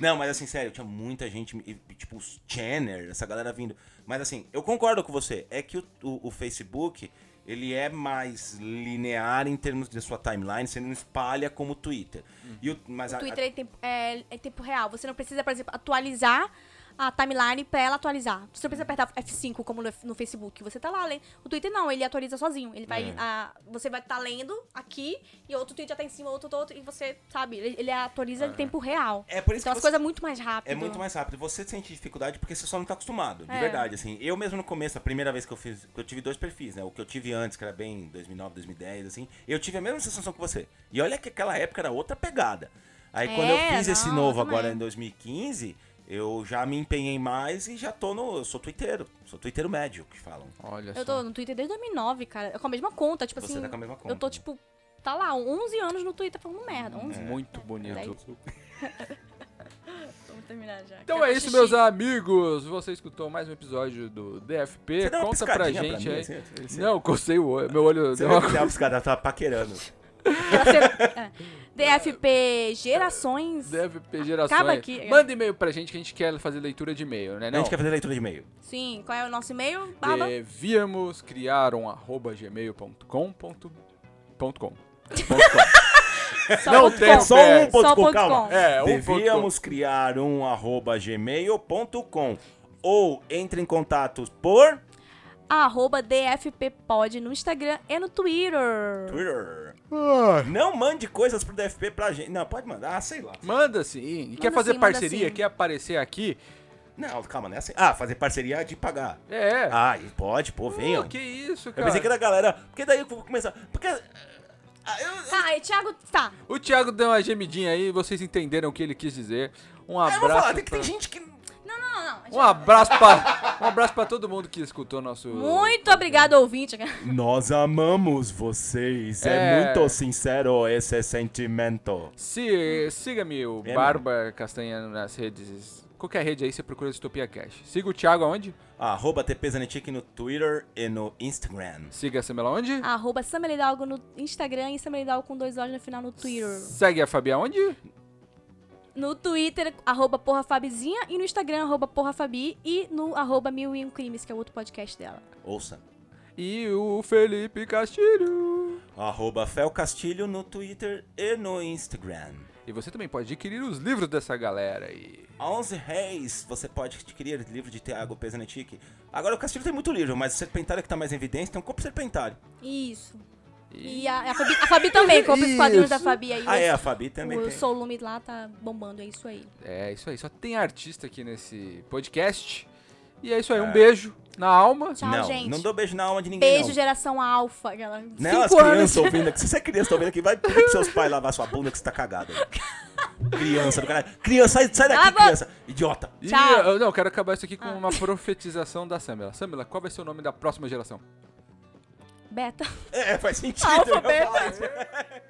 não, mas assim, sério, tinha muita gente, e, tipo, os Jenner, essa galera vindo. Mas assim, eu concordo com você. É que o, o- o Facebook, ele é mais linear em termos de sua timeline, você não espalha como o Twitter. E o, mas
Hum.
a-
O
a-
Twitter é em tempo, é, é em tempo real. Você não precisa, por exemplo, atualizar a timeline pra ela atualizar. Você não precisa apertar F5 como no, no Facebook. Você tá lá lendo. O Twitter não, ele atualiza sozinho. Ele
É.
vai. ah, você vai estar lendo aqui e outro tweet já tá em cima, outro, outro, e você, sabe, ele, ele atualiza em tempo real.
É, por isso
então
que
as
você-
coisas muito mais rápido.
É muito mais rápido. Você sente dificuldade porque você só não tá acostumado, de
É.
verdade, assim. Eu mesmo no começo, a primeira vez que eu fiz, que eu tive dois perfis, né? O que eu tive antes, que era bem 2009, 2010, assim. Eu tive a mesma sensação que você. E olha que aquela época era outra pegada. Aí
É,
quando eu fiz esse
não,
novo
eu também.
agora em 2015, eu já me empenhei mais e já tô no, eu sou twitteiro, sou twitteiro médio, que falam.
Olha só.
Eu tô no Twitter desde 2009, cara. Com a mesma conta, tipo
Você
assim.
tá com a mesma
Eu tô,
conta.
tipo, tá lá, 11 anos no Twitter falando merda. 11
Muito bonito.
Vamos terminar já.
Então é isso, meus amigos. Você escutou mais um episódio do DFP.
Você deu uma
Conta
piscadinha
pra
pra
gente
mim,
aí.
assim, assim?
Não, eu cocei o olho. Meu olho
Você
deu
vai
uma
olhar os caras, tá paquerando.
é. DFP Gerações.
DFP gerações.
Acaba aqui. é.
Manda e-mail pra gente que a gente quer fazer leitura de e-mail, né?
A
Não.
gente quer fazer leitura de e-mail.
Sim, qual é o nosso e-mail? Baba?
Devíamos criar um arroba gmail.com. ponto- ponto com.
Só
Não
ponto
tem
com.
Só
É.
um ponto
Só
com,
ponto
calma.
com.
É, um
Devíamos criar um arroba gmail.com ou entre em contato por
Arroba DFPpod no Instagram e no Twitter.
Twitter. Não mande coisas pro DFP pra gente. Não, pode mandar, ah, sei lá.
Manda sim. E quer
Manda
fazer
sim, manda
parceria,
sim.
quer aparecer aqui?
Não, calma, não é assim. Ah, fazer parceria de pagar.
É.
Ah, e pode, pô, venham.
Pô, que isso,
Eu
cara.
pensei que era a galera. Porque daí eu vou começar. Porque. ah, eu-
Tá, e Thiago, tá.
O Thiago deu uma gemidinha aí, vocês entenderam o que ele quis dizer. Um
Ah, eu vou falar,
abraço.
tem que
pra-
tem gente que.
Não, não, não. não.
Um abraço pra. Um abraço pra todo mundo que escutou nosso.
Muito obrigado, ouvinte.
Nós amamos vocês.
É.
sincero esse sentimento.
Se, siga-me, o
É,
Barba Castanha nas redes. Qualquer rede aí você procura Distopia Cash. Siga o Thiago aonde?
Arroba TP Zanetic no Twitter e no Instagram.
Siga a Samela onde?
Arroba Samelidalgo no Instagram e Samelidalgo com dois olhos no final no Twitter.
Segue a Fabi aonde?
No Twitter, arroba porrafabizinha. E no Instagram, arroba porrafabi. E no arroba mil e um crimes, que é o outro podcast dela.
Ouça.
E o Felipe Castilho.
Arroba Fel Castilho no Twitter e no Instagram.
E você também pode adquirir os livros dessa galera aí.
11 Reis, você pode adquirir livro de Tiago Pesanetic. Agora o Castilho tem muito livro, mas o Serpentário que tá mais em evidência, então compra o Serpentário.
Isso. E, a, a Fabi, a Fabi também, compra os quadrinhos da
Isso.
Fabi aí.
Ah, é, a Fabi também
o
tem.
Solume lá tá bombando, é isso aí.
É isso aí, só tem artista aqui nesse podcast. E é isso aí, um beijo na alma.
Tchau,
não,
Tá, gente.
não dou beijo na alma de ninguém,
Beijo,
não.
geração alfa. Aquela
Não, é as
cinco anos.
crianças ouvindo aqui. Se você é criança, tá ouvindo aqui, vai pedir pros seus pais lavar sua bunda que você tá cagado. criança do caralho. Criança, sai, sai daqui,
Lava-
criança. Idiota.
E
Tchau. Ah.
eu não, eu quero acabar isso aqui com uma profetização da Samela. Samela, qual vai ser o nome da próxima geração?
Beta.
É, faz sentido.
Alfa,
eu
beta.
falar isso.